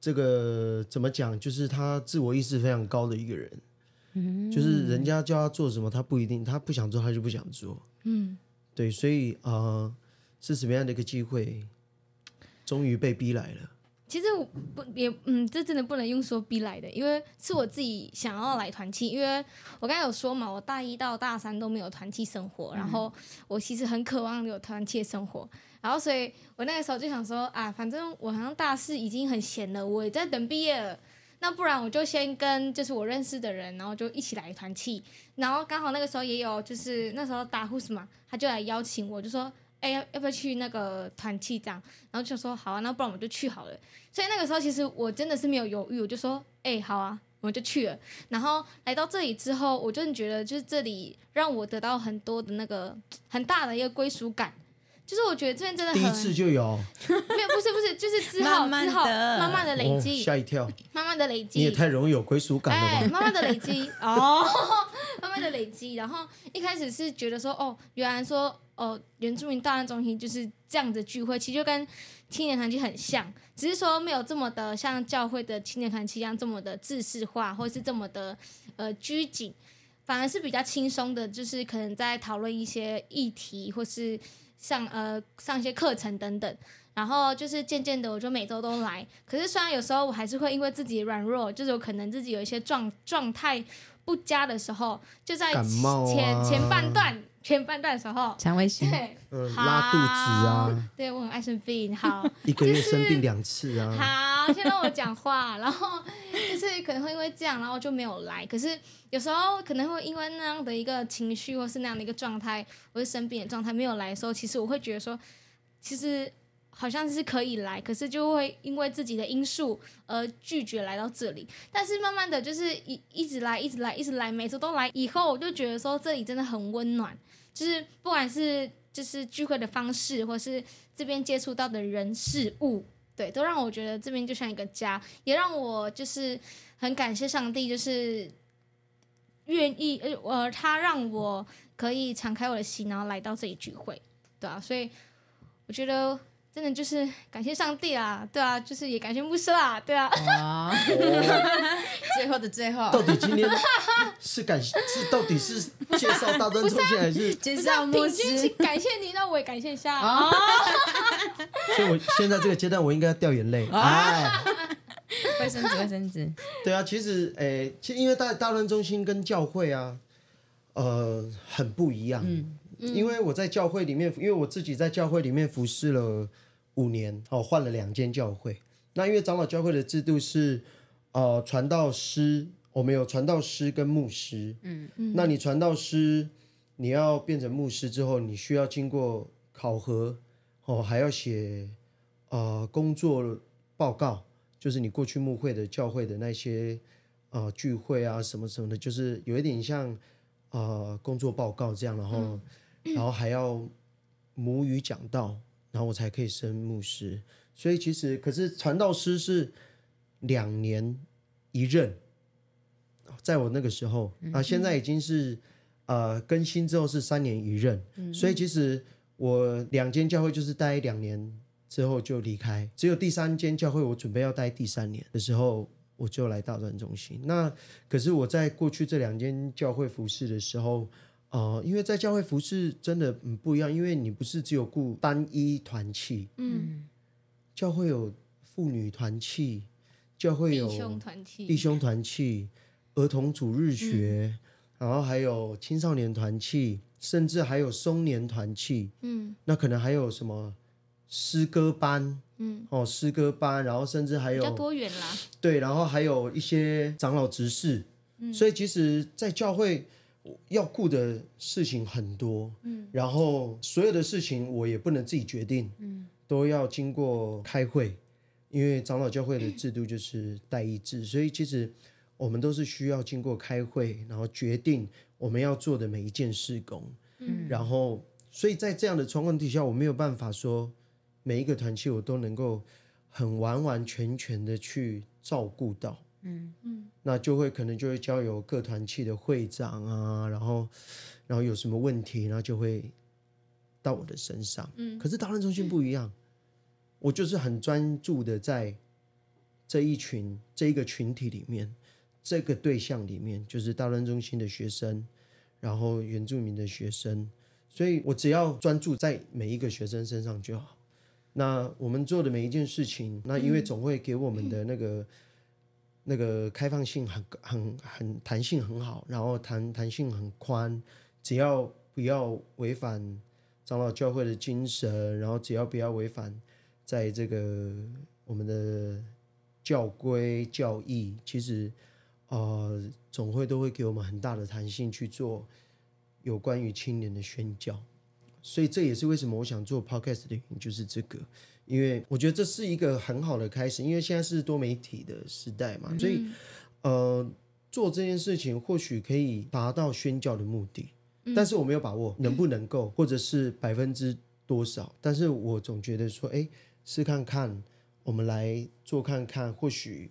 C: 这个怎么讲？就是他自我意识非常高的一个人，
D: 嗯
C: 就是人家叫他做什么，他不一定，他不想做，他就不想做。
D: 嗯，
C: 对，所以呃，是什么样的一个机会？终于被逼来了，
D: 其实我不也嗯，这真的不能用说逼来的，因为是我自己想要来团契，因为我刚才有说嘛，我大一到大三都没有团契生活，然后我其实很渴望有团契的生活，然后所以我那个时候就想说啊，反正我好像大四已经很闲了，我也在等毕业了。那不然我就先跟就是我认识的人，然后就一起来团契，然后刚好那个时候也有就是那时候打护士嘛，他就来邀请我，就说哎、要要不要去那个团契这样，然后就说好啊，那不然我们就去好了。所以那个时候其实我真的是没有犹豫，我就说，哎、好啊，我们就去了。然后来到这里之后，我真的觉得就是这里让我得到很多的那个很大的一个归属感。就是我觉得这边真的很
C: 第一次就有，
D: 没有，不是不是，就是之后
A: 慢慢
D: 之后
A: 地
D: 慢慢的累
C: 哦
D: 积，
C: 吓、一跳，
D: 慢慢的累积，
C: 你也太容易有归属感了吧？
D: 哎，慢慢的累积 哦，慢慢的累积。然后一开始是觉得说，哦，原来说，哦，原住民大战中心就是这样子聚会，其实就跟青年团契很像，只是说没有这么的像教会的青年团契一样这么的制式化，或是这么的呃拘谨，反而是比较轻松的，就是可能在讨论一些议题，或是上呃上一些课程等等。然后就是渐渐的，我就每周都来。可是虽然有时候我还是会因为自己软弱，就是有可能自己有一些状状态不佳的时候，就在
C: 感冒啊
D: 前前半段前半段的时候，
A: 肠胃型
D: 对
C: 嗯， 拉肚子啊，
D: 对我很爱生病，好，
C: 一个月生病两次啊，
D: 好，先让我讲话，然后就是可能会因为这样，然后就没有来。可是有时候可能会因为那样的一个情绪，或是那样的一个状态，或是生病的状态没有来的时候，其实我会觉得说，其实好像是可以来，可是就会因为自己的因素而拒绝来到这里。但是慢慢的就是一一直来，一直来，一直来，每次都来以后，我就觉得说这里真的很温暖，就是不管是。就是聚会的方式，或是这边接触到的人事物，对，都让我觉得这边就像一个家，也让我就是很感谢上帝，就是愿意呃呃，他让我可以敞开我的心，然后来到这里聚会，对啊，所以我觉得真的就是感谢上帝啦，对啊，就是也感谢牧师啦，对 啊，
A: 啊，
C: 哦
A: 最后的最后
C: 到，底今天 是感是到底是介绍大专中心还是？
A: 介
D: 不是啊
A: 绍牧
D: 平均去
A: 师
D: 感谢你，那我也感谢一下啊，
C: 哦
A: 啊，
C: 所以我现在这个阶段我应该要掉眼泪，哎，
A: 卫生纸卫生纸，
C: 对啊，其实诶，其实因为大大专中心跟教会啊，呃，很不一样，
A: 嗯
C: 因为我在教会里面，因为我自己在教会里面服侍了五年，哦，换了两间教会。那因为长老教会的制度是，呃传道师，我们有传道师跟牧师。
A: 嗯
D: 嗯
C: 那你传道师，你要变成牧师之后，你需要经过考核，哦，还要写呃工作报告，就是你过去牧会的教会的那些呃聚会啊什么什么的，就是有一点像呃工作报告这样，然后、然后还要母语讲道，然后我才可以升牧师。所以其实，可是传道师是两年一任，在我那个时候啊，现在已经是呃更新之后是三年一任，所以其实我两间教会就是待两年之后就离开，只有第三间教会我准备要待第三年的时候，我就来大专中心。那可是我在过去这两间教会服侍的时候。呃，因为在教会服侍真的嗯不一样，因为你不是只有顾单一团契，
D: 嗯，
C: 教会有妇女团契，教会有
D: 弟兄团体，
C: 弟兄团契、儿童主日
D: 嗯
C: 学，然后还有青少年团契，甚至还有中年团契。
D: 嗯
C: 那可能还有什么诗歌班
D: 嗯，
C: 哦，诗歌班，然后甚至还
D: 比较
C: 有
D: 多元啦，
C: 对，然后还有一些长老执事。所以其实，在教会要顾的事情很多，嗯，然后所有的事情我也不能自己决定，嗯，都要经过开会，因为长老教会的制度就是代议制，所以其实我们都是需要经过开会，然后决定我们要做的每一件事工，嗯，然后所以在这样的状况底下，我没有办法说每一个团契我都能够很完完全全的去照顾到，那就会可能就会交由各团契的会长啊，然后然后有什么问题，然后就会到我的身上。嗯，可是达人中心不一样，我就是很专注的在这一群这一个群体里面，这个对象里面，就是大人中心的学生，然后原住民的学生，所以我只要专注在每一个学生身上就好。那我们做的每一件事情，那因为总会给我们的那个、那个开放性很很很弹性很好，然后弹弹性很宽，只要不要违反长老教会的精神，然后只要不要违反在这个我们的教规教义，其实呃总会都会给我们很大的弹性去做有关于青年的宣教，所以这也是为什么我想做 podcast 的原因，就是这个。因为我觉得这是一个很好的开始，因为现在是多媒体的时代嘛，所以呃，做这件事情或许可以达到宣教的目的，但是我没有把握能不能够，或者是百分之多少，但是我总觉得说，哎，试看看，我们来做看看，或许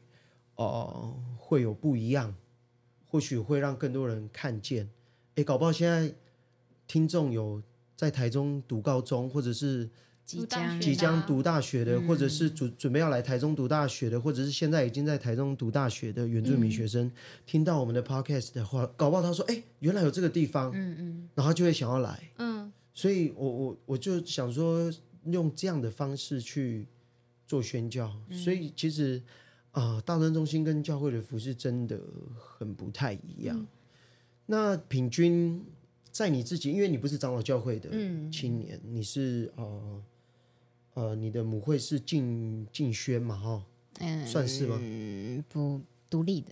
C: 哦、呃、会有不一样，或许会让更多人看见，哎，搞不好现在听众有在台中读高中，或者是。
A: 即将
C: 即将读大学的，
A: 嗯
C: 或者是准准备要来台中读大学的，或者是现在已经在台中读大学的原住
A: 嗯
C: 民学生，听到我们的 podcast 的话，搞不好他说：“哎、原来有这个地方。
A: 嗯嗯
C: 然后他就会想要来。
D: 嗯
C: 所以我我我就想说，用这样的方式去做宣教。所以其实啊、呃大专中心跟教会的服饰真的很不太一样。
A: 嗯
C: 那平均在你自己，因为你不是长老教会的
A: 嗯
C: 青年，你是呃呃，你的母会是静静轩嘛，哈、
A: 嗯，
C: 算是吗？
A: 嗯不独立的，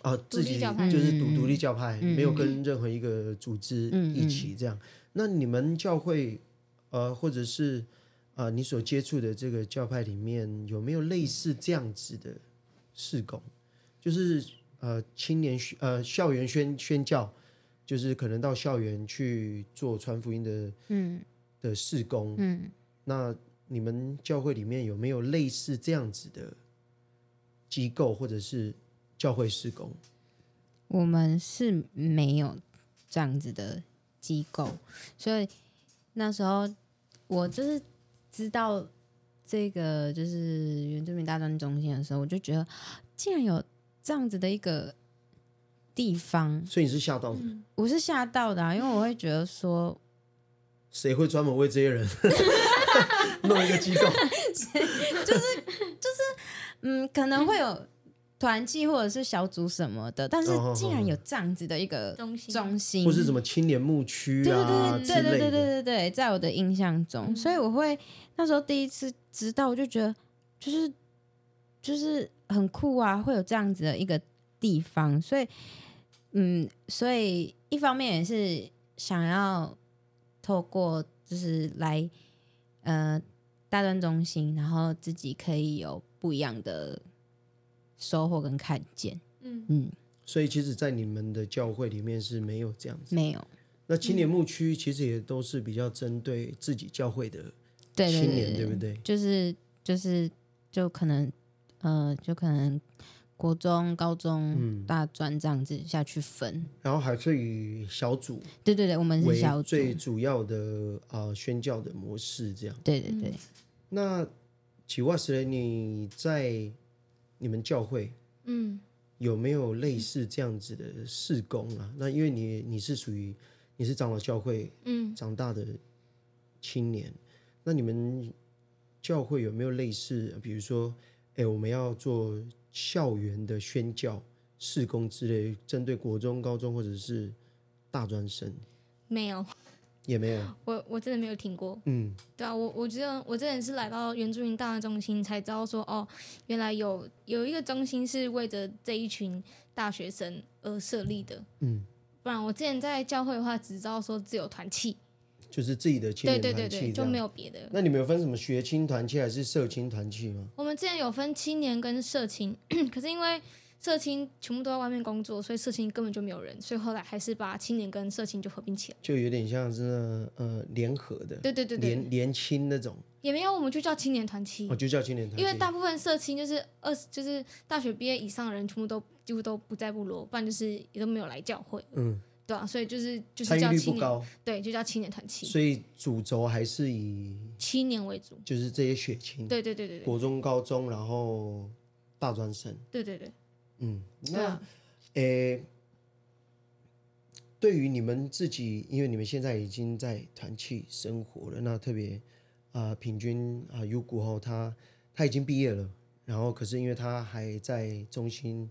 C: 啊，
D: 独立
C: 自己
D: 教派
C: 就是独
A: 嗯
C: 独立教派，
A: 嗯
C: 没有跟任何一个组织
A: 嗯
C: 一起这样。那你们教会，呃，或者是呃，你所接触的这个教派里面，有没有类似这样子的事工？就是呃，青年宣呃校园宣宣教，就是可能到校园去做传福音的
A: 嗯
C: 的事工。
A: 嗯，
C: 那你们教会里面有没有类似这样子的机构或者是教会事工？
A: 我们是没有这样子的机构，所以那时候我就是知道这个就是原住民大专中心的时候，我就觉得竟然有这样子的一个地方，
C: 所以你是吓到的。
A: 我是吓到的、啊，因为我会觉得说，
C: 谁会专门为这些 人弄一个机构？
A: 嗯，可能会有团契或者是小组什么的，但是
C: 哦哦哦
A: 竟然有这样子的一个
D: 中心
A: 中心，
C: 或是什么青年牧区啊之
A: 对对对对
C: 类
A: 对对
C: 的？
A: 对，在我的印象中，所以我会那时候第一次知道，我就觉得就是就是很酷啊，会有这样子的一个地方，所以，嗯，所以一方面也是想要透过就是来呃大专中心，然后自己可以有不一样的收获跟看见。
D: 嗯，
A: 嗯，
C: 所以其实，在你们的教会里面是没有这样子。
A: 没有，
C: 那青年牧区其实也都是比较针对自己教会的
A: 对对
C: 青
A: 对
C: 年，对不对？
A: 就是就是就可能呃，就可能国中、高中、
C: 嗯
A: 大专这样子下去分。
C: 然后还是以小组
A: 对对对，我们是
C: 为
A: 小组，
C: 最主要的啊、呃宣教的模式这样。
A: 对对对。
C: 那奇瓦斯雷，你在你们教会
D: 嗯，
C: 有没有类似这样子的事工啊？那因为你你是属于你是长老教会
D: 嗯，
C: 长大的青年，那你们教会有没有类似，比如说，哎，我们要做校园的宣教、事工之类，针对国中、高中或者是大专生，
D: 没有，
C: 也没有。
D: 我我真的没有听过。
C: 嗯，
D: 对啊，我我觉得我真的是来到原住民大中心才知道说，哦，原来有有一个中心是为着这一群大学生而设立的。
C: 嗯，
D: 不然我之前在教会的话，只知道说只有团契，
C: 就是自己的青
D: 对
C: 年
D: 对对
C: 团
D: 对，
C: 契
D: 就没
C: 有。
D: 有别的。
C: 那你们有分什么学青团契还是社青团契吗？
D: 我们之前有分青年跟社青， 可是因为社青全部都在外面工作，所以社青根本就没有人，所以后来还是把青年跟社青就合并起来。
C: 就有点像是那呃联合的，
D: 对对对对，
C: 联联青那种，
D: 也没有，我们就叫青年团契
C: 哦，，就叫青年团契。
D: 因为大部分社青就是二十，就是大学毕业以上的人，全部都几乎都不在部落，不然就是也都没有来教会，
C: 嗯
D: 对啊，所以就是就是
C: 参与
D: 叫
C: 率
D: 青
C: 不
D: 年，
C: 高，
D: 对，就叫青年团契，
C: 所以主轴还是以
D: 七年为主。
C: 就是这些血亲，
D: 对对对对对
C: 国中、高中，然后大专生，
D: 对对对，
C: 嗯，那
D: 对啊，
C: 诶、呃对于你们自己，因为你们现在已经在团契生活了，那特别啊、呃平均啊，优谷后他他已经毕业了，然后可是因为他还在中心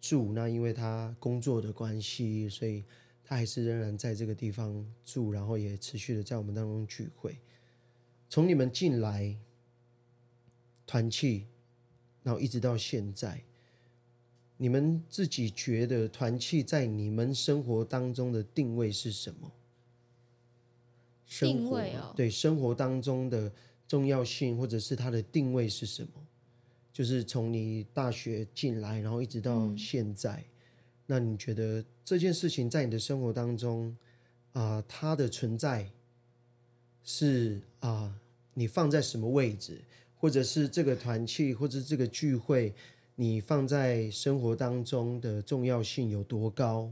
C: 住，那因为他工作的关系，所以他还是仍然在这个地方住，然后也持续的在我们当中聚会。从你们进来团契，然后一直到现在。你们自己觉得团契在你们生活当中的定位是什么？生活
D: 定位哦
C: 对生活当中的重要性，或者是它的定位是什么？就是从你大学进来，然后一直到
D: 嗯
C: 现在，那你觉得这件事情在你的生活当中啊、它的存在是啊、你放在什么位置，或者是这个团契，或者是这个聚会，你放在生活当中的重要性有多高？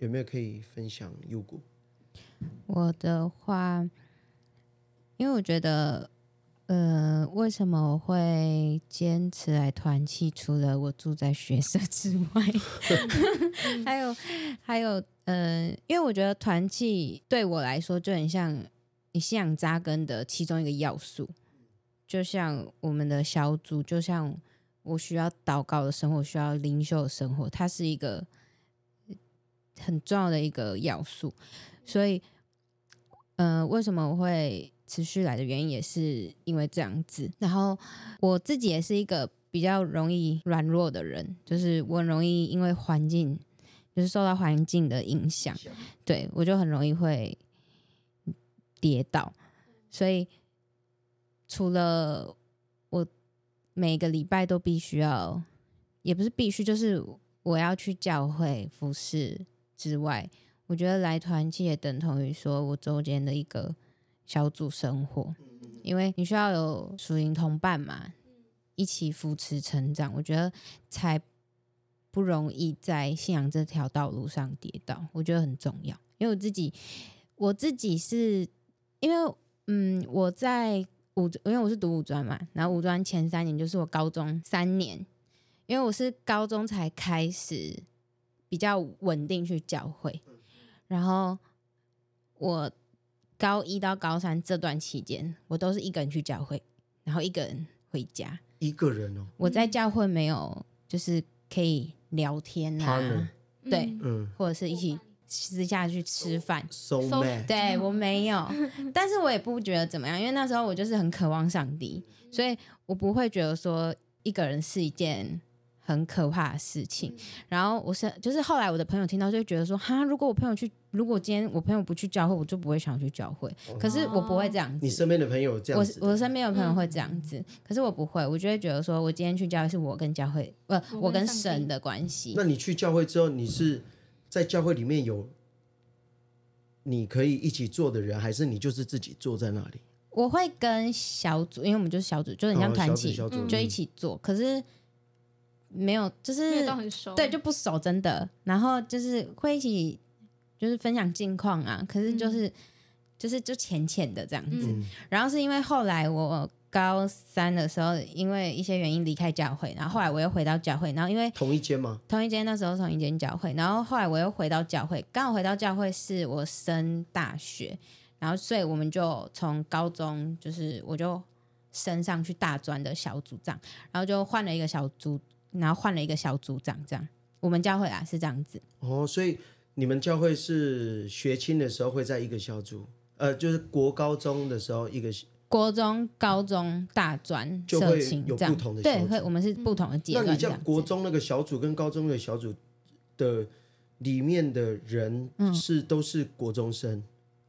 C: 有没有可以分享优谷？
A: 我的话，因为我觉得，呃，为什么我会坚持来团契？除了我住在学社之外， 还有还有，呃，因为我觉得团契对我来说就很像你信仰扎根的其中一个要素，就像我们的小组，就像我需要祷告的生活，需要灵修的生活，它是一个很重要的一个要素，所以。呃，为什么我会持续来的原因也是因为这样子。然后我自己也是一个比较容易软弱的人，就是我很容易因为环境，就是受到环境的影响，对我就很容易会跌倒。所以除了我每个礼拜都必须要，也不是必须，就是我要去教会服侍之外，我觉得来团契也等同于说我周间的一个小组生活，因为你需要有属灵同伴嘛，一起扶持成长，我觉得才不容易在信仰这条道路上跌倒，我觉得很重要。因为我自己，我自己是因为嗯，我在五，因为我是读五专嘛，然后五专前三年就是我高中三年，因为我是高中才开始比较稳定去教会。然后我高一到高三这段期间，我都是一个人去教会，然后一个人回家。
C: 一个人哦，
A: 我在教会没有就是可以聊天啊
C: Partner，
A: 对
D: 嗯
C: 嗯
A: 或者是一起私下去吃饭。
C: ，so
D: So-
C: man，
A: 对我没有，但是我也不觉得怎么样，因为那时候我就是很渴望上帝，所以我不会觉得说一个人是一件很可怕的事
D: 嗯
A: 情。然后我是就是后来我的朋友听到就会觉得说，哈，如果我朋友去，如果今天我朋友不去教会，我就不会想去教会。可是我不会这样
C: 哦你
A: 子。
C: 身边的朋友这样
A: 我
C: 子的，
A: 我身边有朋
D: 嗯
A: 友会这样子，可是我不会，我就会觉得说，我今天去教会是我跟教会，不、呃，
D: 我
A: 我
D: 跟
A: 跟
D: 上帝
A: 神的关系
C: 那。你去教会之后，你是在教会里面有你可以一起做的人，还是你就是自己坐在那里？
A: 我会跟小组，因为我们就是小组，就很像
C: 哦
A: 团
C: 小组
A: 体，
C: 小组
A: 就一
C: 嗯
A: 起做。可是没有，就是
D: 没有到很熟，
A: 对，就不熟，真的。然后就是会一起，就是分享近况啊。可是就是、
D: 嗯
A: 就是就浅浅的这样子。
C: 嗯
A: 然后是因为后来我高三的时候，因为一些原因离开教会，然后后来我又回到教会，然后因为
C: 同一间吗？
A: 同一间那时候同一间教会，然后后来我又回到教会，刚好回到教会是我升大学，然后所以我们就从高中就是我就升上去大专的小组长，然后就换了一个小组，然后换了一个小组长，这样我们教会啊是这样子，
C: 哦，所以你们教会是学青的时候会在一个小组，呃，就是国高中的时候一个
A: 国中、高中、大专、
C: 就
A: 社
C: 会
A: 情
C: 有
A: 这样
C: 不同的，
A: 对，
C: 小
A: 会
C: 组
A: 我们是不同的阶
C: 那
A: 段
C: 你
A: 这
C: 这
A: 样
C: 样
A: 子。
C: 国中那个小组跟高中那个小组的里面的人
A: 嗯
C: 是、都是国中生，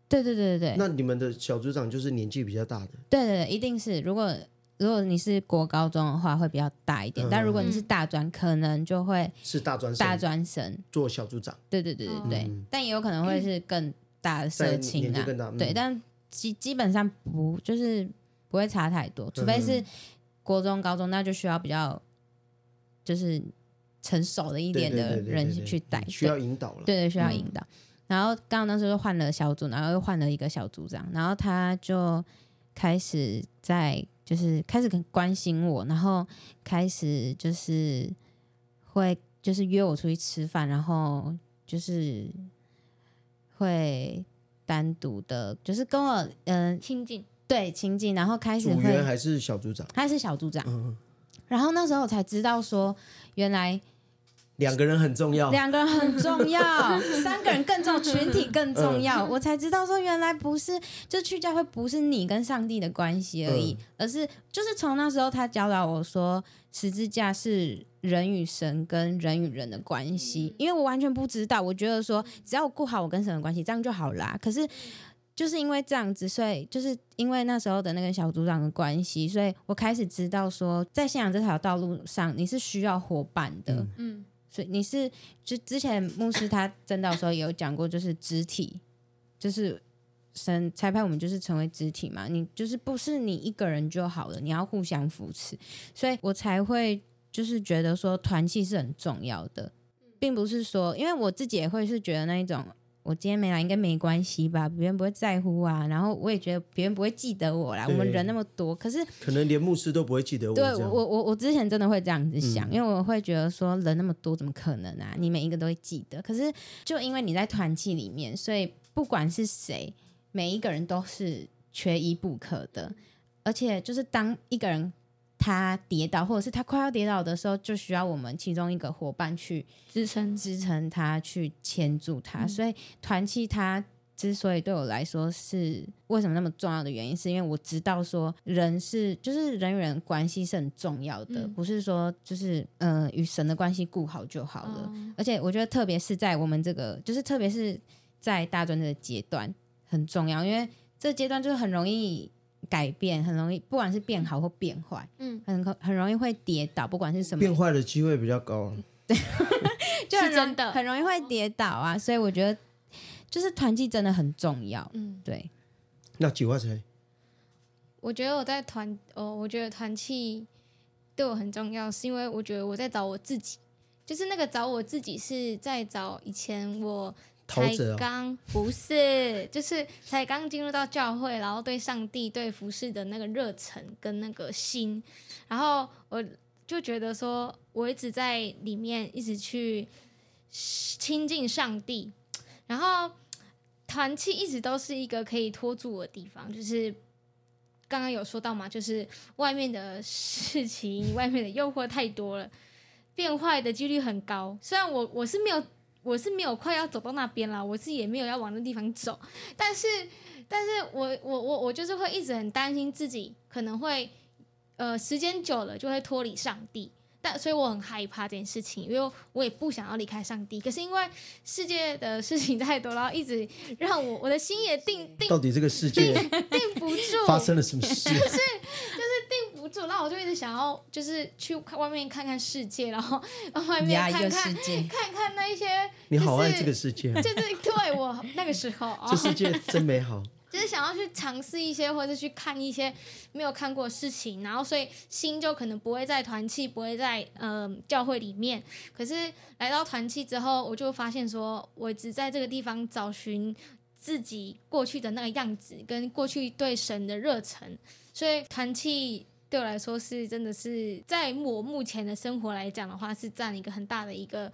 A: 对对对对对
C: 那你们的小组长就是年纪比较大的，
A: 对对对，一定是如果。如果你是国高中的话，会比较大一点；
C: 嗯
A: 但如果你是
D: 嗯
A: 大专，可能就会
C: 是大专生
A: 大专生，
C: 做小组长，
A: 对对对对对，
C: 嗯
A: 但也有可能会是更大的
C: 在
A: 社
C: 年
A: 情
C: 纪
A: 啊，
C: 更大，嗯
A: 对，但基基本上不就是不会差太多，除非是
C: 嗯
A: 国中、高中，那就需要比较就是成熟的一
C: 对
A: 点
C: 对
A: 的
C: 对对
A: 人
C: 对对
A: 去带，
C: 你需要
A: 对
C: 引导了，
A: 对对需要
C: 嗯
A: 引导。然后刚刚那时候就换了小组，然后又换了一个小组长，然后他就开始在就是开始关心我，然后开始就是会就是约我出去吃饭，然后就是会单独的，就是跟我嗯、
D: 亲近，
A: 对亲近，然后开始
C: 组员
A: 会
C: 还是小组长，
A: 他是小组长，
C: 嗯，
A: 然后那时候我才知道说原来
C: 两个人很重要，
A: 两个人很重 要，三个人更重要，群体更重
C: 嗯
A: 要。我才知道说，原来不是就去教会不是你跟上帝的关系而
C: 嗯
A: 已，而是就是从那时候他教导我说，十字架是人与神跟人与人的关
C: 嗯
A: 系。因为我完全不知道，我觉得说只要我顾好我跟神的关系，这样就好啦。可是。就是因为这样子，所以就是因为那时候的那个小组长的关系，所以我开始知道说，在信仰这条道路上，你是需要伙伴的。
C: 嗯
D: 嗯，
A: 所以你是就之前牧师他真道的时候也有讲过，就是肢体，就是神裁判我们就是成为肢体嘛，你就是不是你一个人就好了，你要互相扶持，所以我才会就是觉得说团契是很重要的，并不是说因为我自己也会是觉得那一种。我今天没来应该没关系吧，别人不会在乎啊。然后我也觉得别人不会记得我啦，我
C: 对
A: 们人那么多，可是
C: 可能连牧师都不会记得我这
A: 对
C: 样，嗯
A: 我我我我之前真的会这样子想，因为我会觉得说人那么多，怎么可能啊？你每一个都会记得。可是就因为你在团契里面，所以不管是谁，每一个人都是缺一不可的。而且就是当一个人他跌倒，或者是他快要跌倒的时候，就需要我们其中一个伙伴去
D: 支撑，
A: 支撑他，去牵住
D: 嗯
A: 他。所以团契它之所以对我来说是为什么那么重要的原因，是因为我知道说人是就是人与人关系是很重要的，
D: 嗯
A: 不是说就是嗯与、神的关系顾好就好了。
D: 哦
A: 而且我觉得特别是在我们这个，就是特别是在大专这个阶段很重要，因为这个阶段就是很容易。改变很容易，不管是变好或变坏，
D: 嗯，
A: 很可很容易会跌倒，不管是什么
C: 变坏的机会比较高啊，
A: 就很
D: 是
A: 容
D: 真的
A: 很容易会跌倒啊，所以我觉得就是团契真的很重要。
D: 嗯，
A: 对，
C: 那几块钱？
D: 我觉得我在团，哦，我觉得团契对我很重要，是因为我觉得我在找我自己，就是那个找我自己是在找以前我
C: 陶
D: 才
C: 喆啊
D: 刚不是，就是才刚进入到教会，然后对上帝、对服饰的那个热忱跟那个心，然后我就觉得说，我一直在里面一直去亲近上帝，然后团契一直都是一个可以拖住我的地方，就是。刚刚有说到嘛，就是外面的事情、 外面的诱惑太多了，变坏的几率很高。虽然我我是没有我是没有快要走到那边啦，我自己也没有要往那地方走，但是，但是我我我我就是会一直很担心自己可能会呃，时间久了就会脱离上帝。但所以我很害怕这件事情，因为我也不想要离开上帝。可是因为世界的事情太多，然后一直让我我的心也定定
C: 到底这个世界
D: 定不住，
C: 发生了什么 事？
D: 定不住。然后我就一直想要就是去看外面看看世界，然后 然后外面
A: 呀，
D: 看
A: 一个
D: 看
A: 世界，
D: 看看那一些，
C: 你好爱
D: 就是
C: 这个世界 啊，
D: 就是对我那个时 候啊
C: 这，世界真美好。
D: 就是想要去尝试一些，或者去看一些没有看过的事情，然后所以心就可能不会在团契，不会在嗯、呃教会里面。可是来到团契之后，我就发现说，我只在这个地方找寻自己过去的那个样子，跟过去对神的热忱。所以团契对我来说是真的是在我目前的生活来讲的话，是占一个很大的一个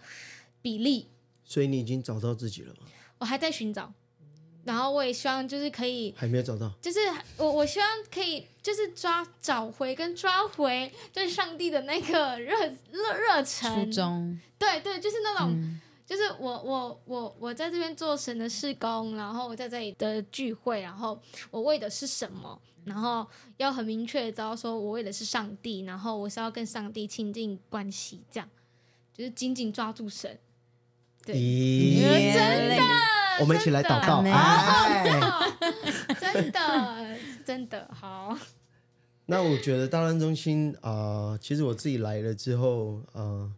D: 比例。
C: 所以你已经找到自己了吗？
D: 我还在寻找，然后我也希望就是可以。
C: 还没有找到，
D: 就是我，我希望可以就是抓找回跟抓回对上帝的那个热热热
A: 初
D: 忱，
A: 中，
D: 对对，就是那种，
A: 嗯
D: 就是我我我我在这边做神的事工，然后我在这里的聚会，然后我为的是什么，然后要很明确的知道说我为的是上帝，然后我是要跟上帝亲近关系，这样就是紧紧抓住神。对
C: 咦，
A: 耶
C: 我们一起来祷告。
A: 嗯真的
D: 真的
C: 哎，
D: 真的真的好，
C: 那我觉得大安中心啊、呃其实我自己来了之后，呃，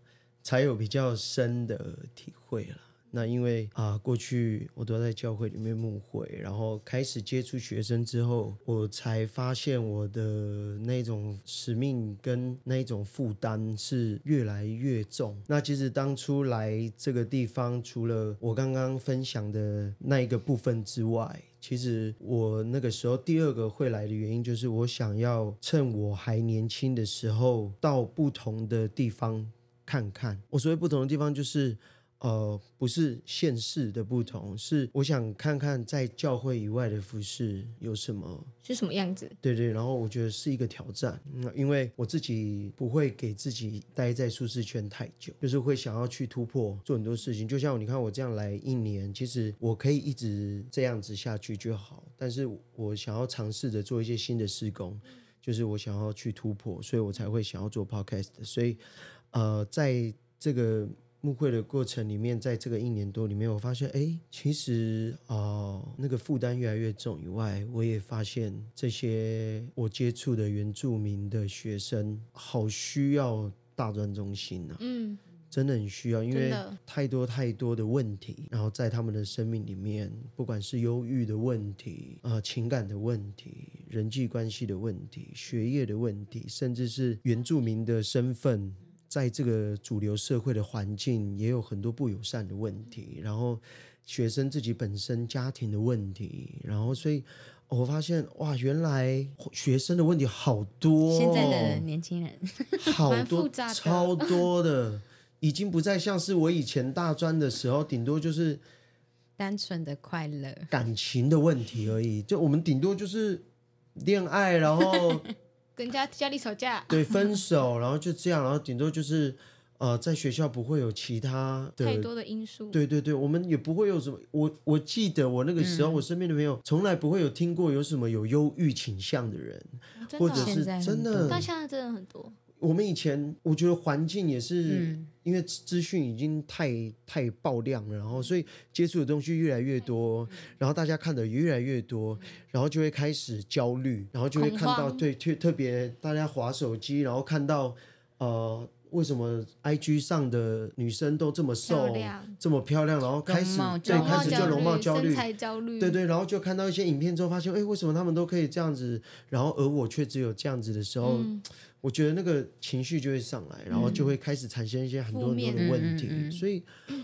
C: 才有比较深的体会了。那因为啊、过去我都在教会里面牧会，然后开始接触学生之后，我才发现我的那种使命跟那种负担是越来越重。那其实当初来这个地方，除了我刚刚分享的那一个部分之外，其实我那个时候第二个会来的原因，就是我想要趁我还年轻的时候，到不同的地方看看。我所谓不同的地方，就是呃，不是县市的不同，是我想看看在教会以外的服饰有什么
D: 是什么样子？
C: 对对，然后我觉得是一个挑战，嗯，因为我自己不会给自己待在舒适圈太久，就是会想要去突破，做很多事情。就像你看我这样来一年，其实我可以一直这样子下去就好，但是我想要尝试着做一些新的施工，就是我想要去突破，所以我才会想要做 podcast。所以，呃，在这个慕会的过程里面，在这个一年多里面，我发现，哎，其实哦、那个负担越来越重以外，我也发现这些我接触的原住民的学生，好需要大专中心啊呐、
D: 嗯，
C: 真的很需要，因
D: 真
C: 为
D: 的
C: 太多太多的问题，然后在他们的生命里面，不管是忧郁的问题、呃情感的问题、人际关系的问题、学业的问题，甚至是原住民的身份，在这个主流社会的环境，也有很多不友善的问题，然后学生自己本身家庭的问题，然后所以。哦我发现哇，原来学生的问题好多、哦。
A: 现在的年轻人，
C: 好
D: 蛮
C: 多
D: 复杂的
C: 超多的，已经不再像是我以前大专的时候，顶多就是
A: 单纯的快乐，
C: 感情的问题而已。就我们顶多就是恋爱，然后
D: 跟人家家里吵架，
C: 对分手，然后就这样，然后顶多就是呃，在学校不会有其他
D: 太
C: 的。
D: 多的因素。
C: 对对对，我们也不会有什么。我我记得我那个时候，
D: 嗯
C: 我身边的朋友从来不会有听过有什么有忧郁倾向的人，
D: 哦真
C: 或
D: 的
C: 者
D: 哦
C: 是
A: 现在很
C: 真的
A: 多
D: 到现在真的很多，
C: 我们以前我觉得环境也是，
A: 嗯
C: 因为资资讯已经太太爆量了，然后所以接触的东西越来越多，
D: 嗯
C: 然后大家看的也越来越多，然后就会开始焦虑，然后就会看
D: 恐
C: 到
D: 慌
C: 对特特别大家划手机，然后看到呃为什么 IG 上的女生都这么
D: 漂
C: 瘦，
D: 亮，
C: 这么漂亮，然后开始
A: 容貌
C: 对
A: 焦虑
C: 开始就容貌焦虑
D: 身，材焦虑，
C: 对对，然后就看到一些影片之后，发现哎为什么他们都可以这样子，然后而我却只有这样子的时候。
D: 嗯，
C: 我觉得那个情绪就会上来，然后就会开始产生一些很多
D: 负
C: 很多
D: 面
C: 的问题。
A: 嗯嗯嗯
C: 所以，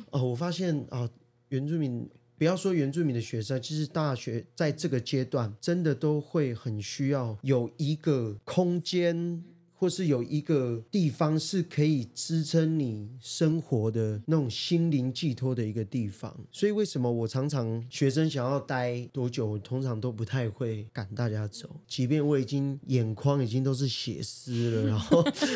C: 呃，我发现啊、原住民不要说原住民的学生，其实大学在这个阶段真的都会很需要有一个空间。或是有一个地方是可以支撑你生活的那种心灵寄托的一个地方，所以为什么我常常学生想要待多久，我通常都不太会赶大家走，即便我已经眼眶已经都是血丝了，然后
D: 辛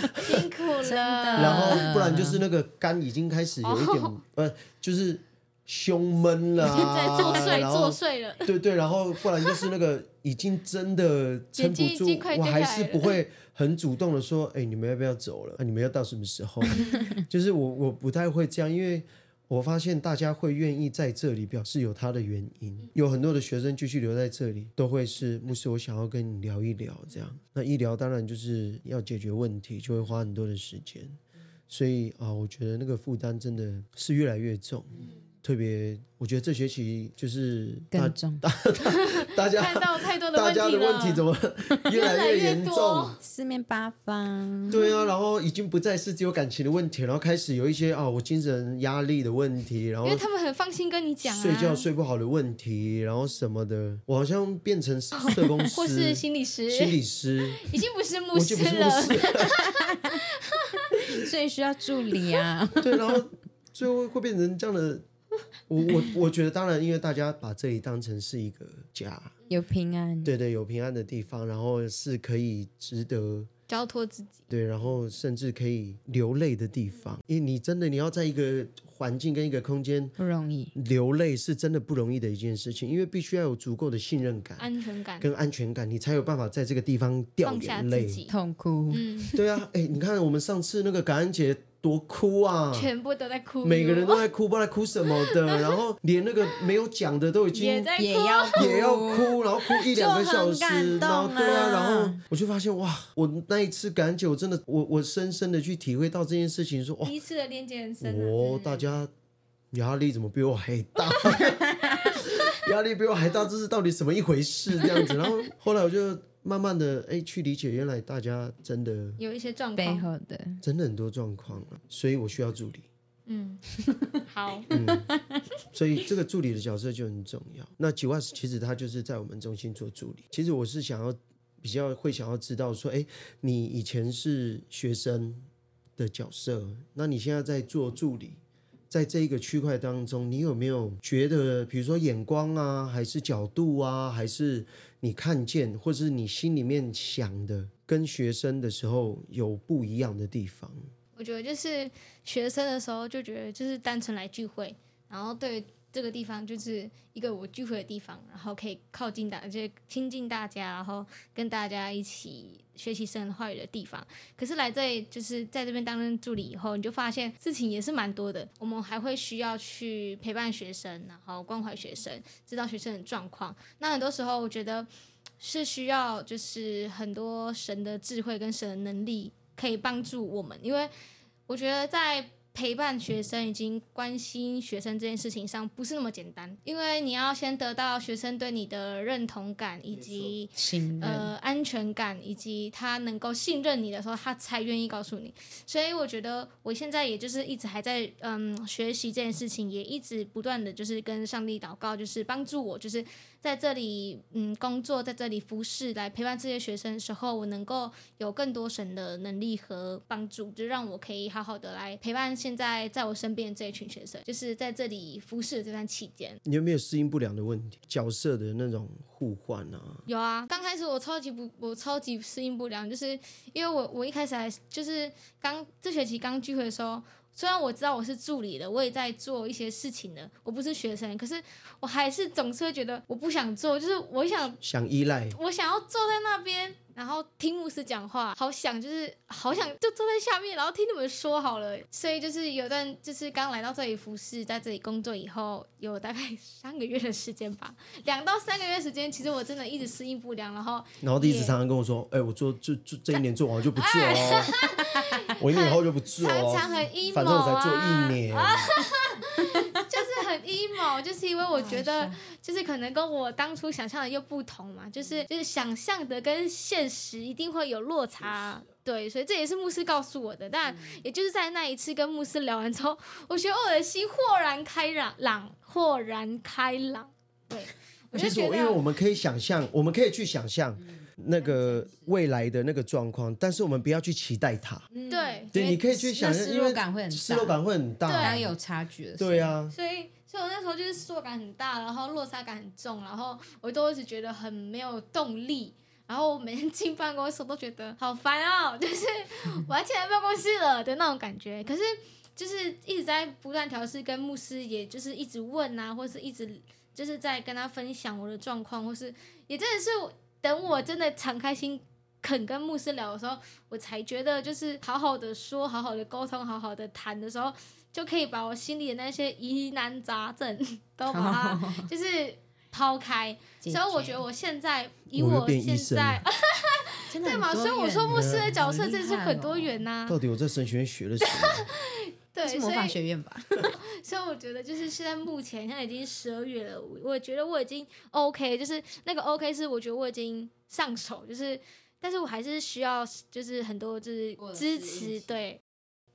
D: 苦了，
A: 真的
D: 哦
C: 然后不然就是那个肝已经开始有一点，呃，就是胸闷啦，
D: 在作
C: 然
D: 祟
C: 后
D: 作祟了，
C: 对对，然后不然就是那个已经 真的撑
D: 眼
C: 不
D: 睛已
C: 住
D: 经快，
C: 我
D: 掉
C: 还
D: 下来
C: 是
D: 了
C: 不会很主动的说，哎，你们要不要走了？啊你们要到什么时候？ 就是我我不太会这样，因为我发现大家会愿意在这里，表示有他的原
D: 嗯
C: 因。有很多的学生继续留在这里，都会是牧师，我想要跟你聊一聊这样。那一聊当然就是要解决问题，就会花很多的时间。所以啊，我觉得那个负担真的是越来越重，
D: 嗯
C: 特别我觉得这学期就是大
A: 更重，
C: 大家
D: 看到太多的
C: 大
D: 问题
C: 家
D: 了，
C: 的问题怎么 越来越严
D: 越来越
C: 重
D: 多？
A: 四面八方，
C: 对啊，然后已经不再是只有感情的问题，然后开始有一些啊、我精神压力的问题，然后
D: 因为他们很放心跟你讲啊，
C: 睡觉睡不好的问题，然后什么的，我好像变成社工 师，
D: 或是心理师，
C: 心理师，
D: 已经不是牧
C: 我就
D: 师
C: 不是
D: 了
C: 牧，师，
A: 所以需要助理啊。
C: 对，然后最后会变成这样的。我我我觉得，当然，因为大家把这里当成是一个家，
A: 有平安，
C: 对对，有平安的地方，然后是可以值得
D: 交托自己。
C: 对，然后甚至可以流泪的地方，因为你真的你要在一个环境跟一个空间
A: 不容易。
C: 流泪，是真的不容易的一件事情，因为必须要有足够的信任感
D: 安全感，
C: 跟安全感，你才有办法在这个地方掉
D: 放下
C: 眼
D: 自
C: 泪。
D: 己，
A: 痛哭，
D: 嗯，
C: 对啊，哎，你看我们上次那个感恩节多哭啊！
D: 全部都在哭，
C: 每个人都在哭，不知道在哭什么的，然后连那个没有讲的都已经
D: 也在哭，
A: 也要
C: 也要哭，然后哭一两个小时
A: 就，很感
C: 然
A: 动
C: 后
A: 啊
C: 对啊，然后我就发现哇，我那一次感恩节，我真的，我我深深的去体会到这件事情，说哇，
A: 哎
D: 第一次的连接很深啊，
C: 我
A: 嗯
C: 大家压力怎么比我还 大？压力比我还大，这是到底什么一回事？这样子，然后后来我就慢慢的哎去理解，原来大家真的
D: 有一些状
A: 背
D: 况，
A: 后的
C: 真的很多状况啊，所以我需要助理。
D: 嗯，好，
C: 所以这个助理的角色就很重要。那吉瓦斯其实他就是在我们中心做助理。其实我是想要比较会想要知道说，哎，你以前是学生的角色，那你现在在做助理，在这一个区块当中，你有没有觉得，比如说眼光啊，还是角度啊，还是你看见，或是你心里面想的，跟学生的时候有不一样的地方？
D: 我觉得就是学生的时候就觉得就是单纯来聚会，然后对这个地方就是一个我聚会的地方，然后可以靠近大，就是亲近大家，然后跟大家一起学习生话语的地方。可是来这里就是在这边担任助理以后，你就发现事情也是蛮多的。我们还会需要去陪伴学生，然后关怀学生，知道学生的状况。那很多时候我觉得是需要就是很多神的智慧跟神的能力可以帮助我们，因为我觉得在陪伴学生以及关心学生这件事情上不是那么简单，因为你要先得到学生对你的认同感以及
A: 信任，
D: 呃安全感，以及他能够信任你的时候，他才愿意告诉你。所以我觉得我现在也就是一直还在嗯学习这件事情，也一直不断的就是跟上帝祷告，就是帮助我，就是在这里嗯工作，在这里服侍，来陪伴这些学生的时候，我能够有更多神的能力和帮助，就让我可以好好的来陪伴现在在我身边的这一群学生，就是在这里服侍的这段期间。
C: 你有没有适应不良的问题？角色的那种互换啊？
D: 有啊，刚开始我超级不，我超级适应不良，就是因为我我一开始还就是刚这学期刚聚会的时候，虽然我知道我是助理的，我也在做一些事情的，我不是学生，可是我还是总是会觉得我不想做，就是我想
C: 想依赖，
D: 我想要坐在那边，然后听牧师讲话，好想就是好想就坐在下面，然后听你们说好了。所以就是有段就是刚来到这里服侍，在这里工作以后，有大概三个月的时间吧， 两到三个月时间，其实我真的一直适应不良，然后
C: 然后弟子常常跟我说：“哎、我做这这这一年做完我就不做 哦，我一年后就不做
D: 常
C: 哦，
D: 啊常很 emo 啊，
C: 反正我才做一年。
D: 就是很 emo，就是因为我觉得，就是可能跟我当初想象的又不同嘛，
C: 嗯
D: 就是就是想象的跟现实一定会有落差，对，所以这也是牧师告诉我的。
C: 嗯
D: 但也就是在那一次跟牧师聊完之后，我觉得我的心豁然开朗，朗豁然开朗，对，我就
C: 其实
D: 觉
C: 我因为
D: 得嗯
C: 我们可以想象，我们可以去想象那个未来的那个状况，但是我们不要去期待它。
D: 对，
C: 对，你可以去想象，
A: 那失
C: 因为
A: 落感会很大
C: 失落感会很大。
A: 当有差距的时候，
C: 对啊，
D: 所以，所以我那时候就是失落感很大，然后落差感很重，然后我都一直觉得很没有动力。然后我每天进办公室都觉得好烦哦，就是我要进来办公室了的那种感觉。可是就是一直在不断调试，跟牧师也就是一直问啊，或是一直就是在跟他分享我的状况，或是也真的是等我真的敞开心肯跟牧师聊的时候，我才觉得就是好好的说，好好的沟通，好好的谈的时候，就可以把我心里的那些疑难杂症 都 把它就是抛开。
A: 解
D: 所以我
A: 决
D: 觉得我现在以
C: 我又
D: 我
C: 变医
D: 现
C: 生
D: 在啊
C: 了
A: 真的
D: 对
A: 很
D: 嘛，
A: 多
D: 所以我
A: 元
D: 说牧师的
A: 好
D: 角色
A: 厉
D: 真是
A: 害
D: 很多
A: 哦
D: 元呐、
C: 到底我在神学院学了什么？
D: 对，
A: 是
D: 所
A: 魔
D: 以
A: 法学院吧？
D: 所以我觉得就是现在目前现在已经十二月了，我我觉得我已经 OK，就是那个 OK 是我觉得我已经上手，就是但是我还是需要就是很多就是
E: 或者是
D: 支
E: 一
D: 持，
E: 起
D: 对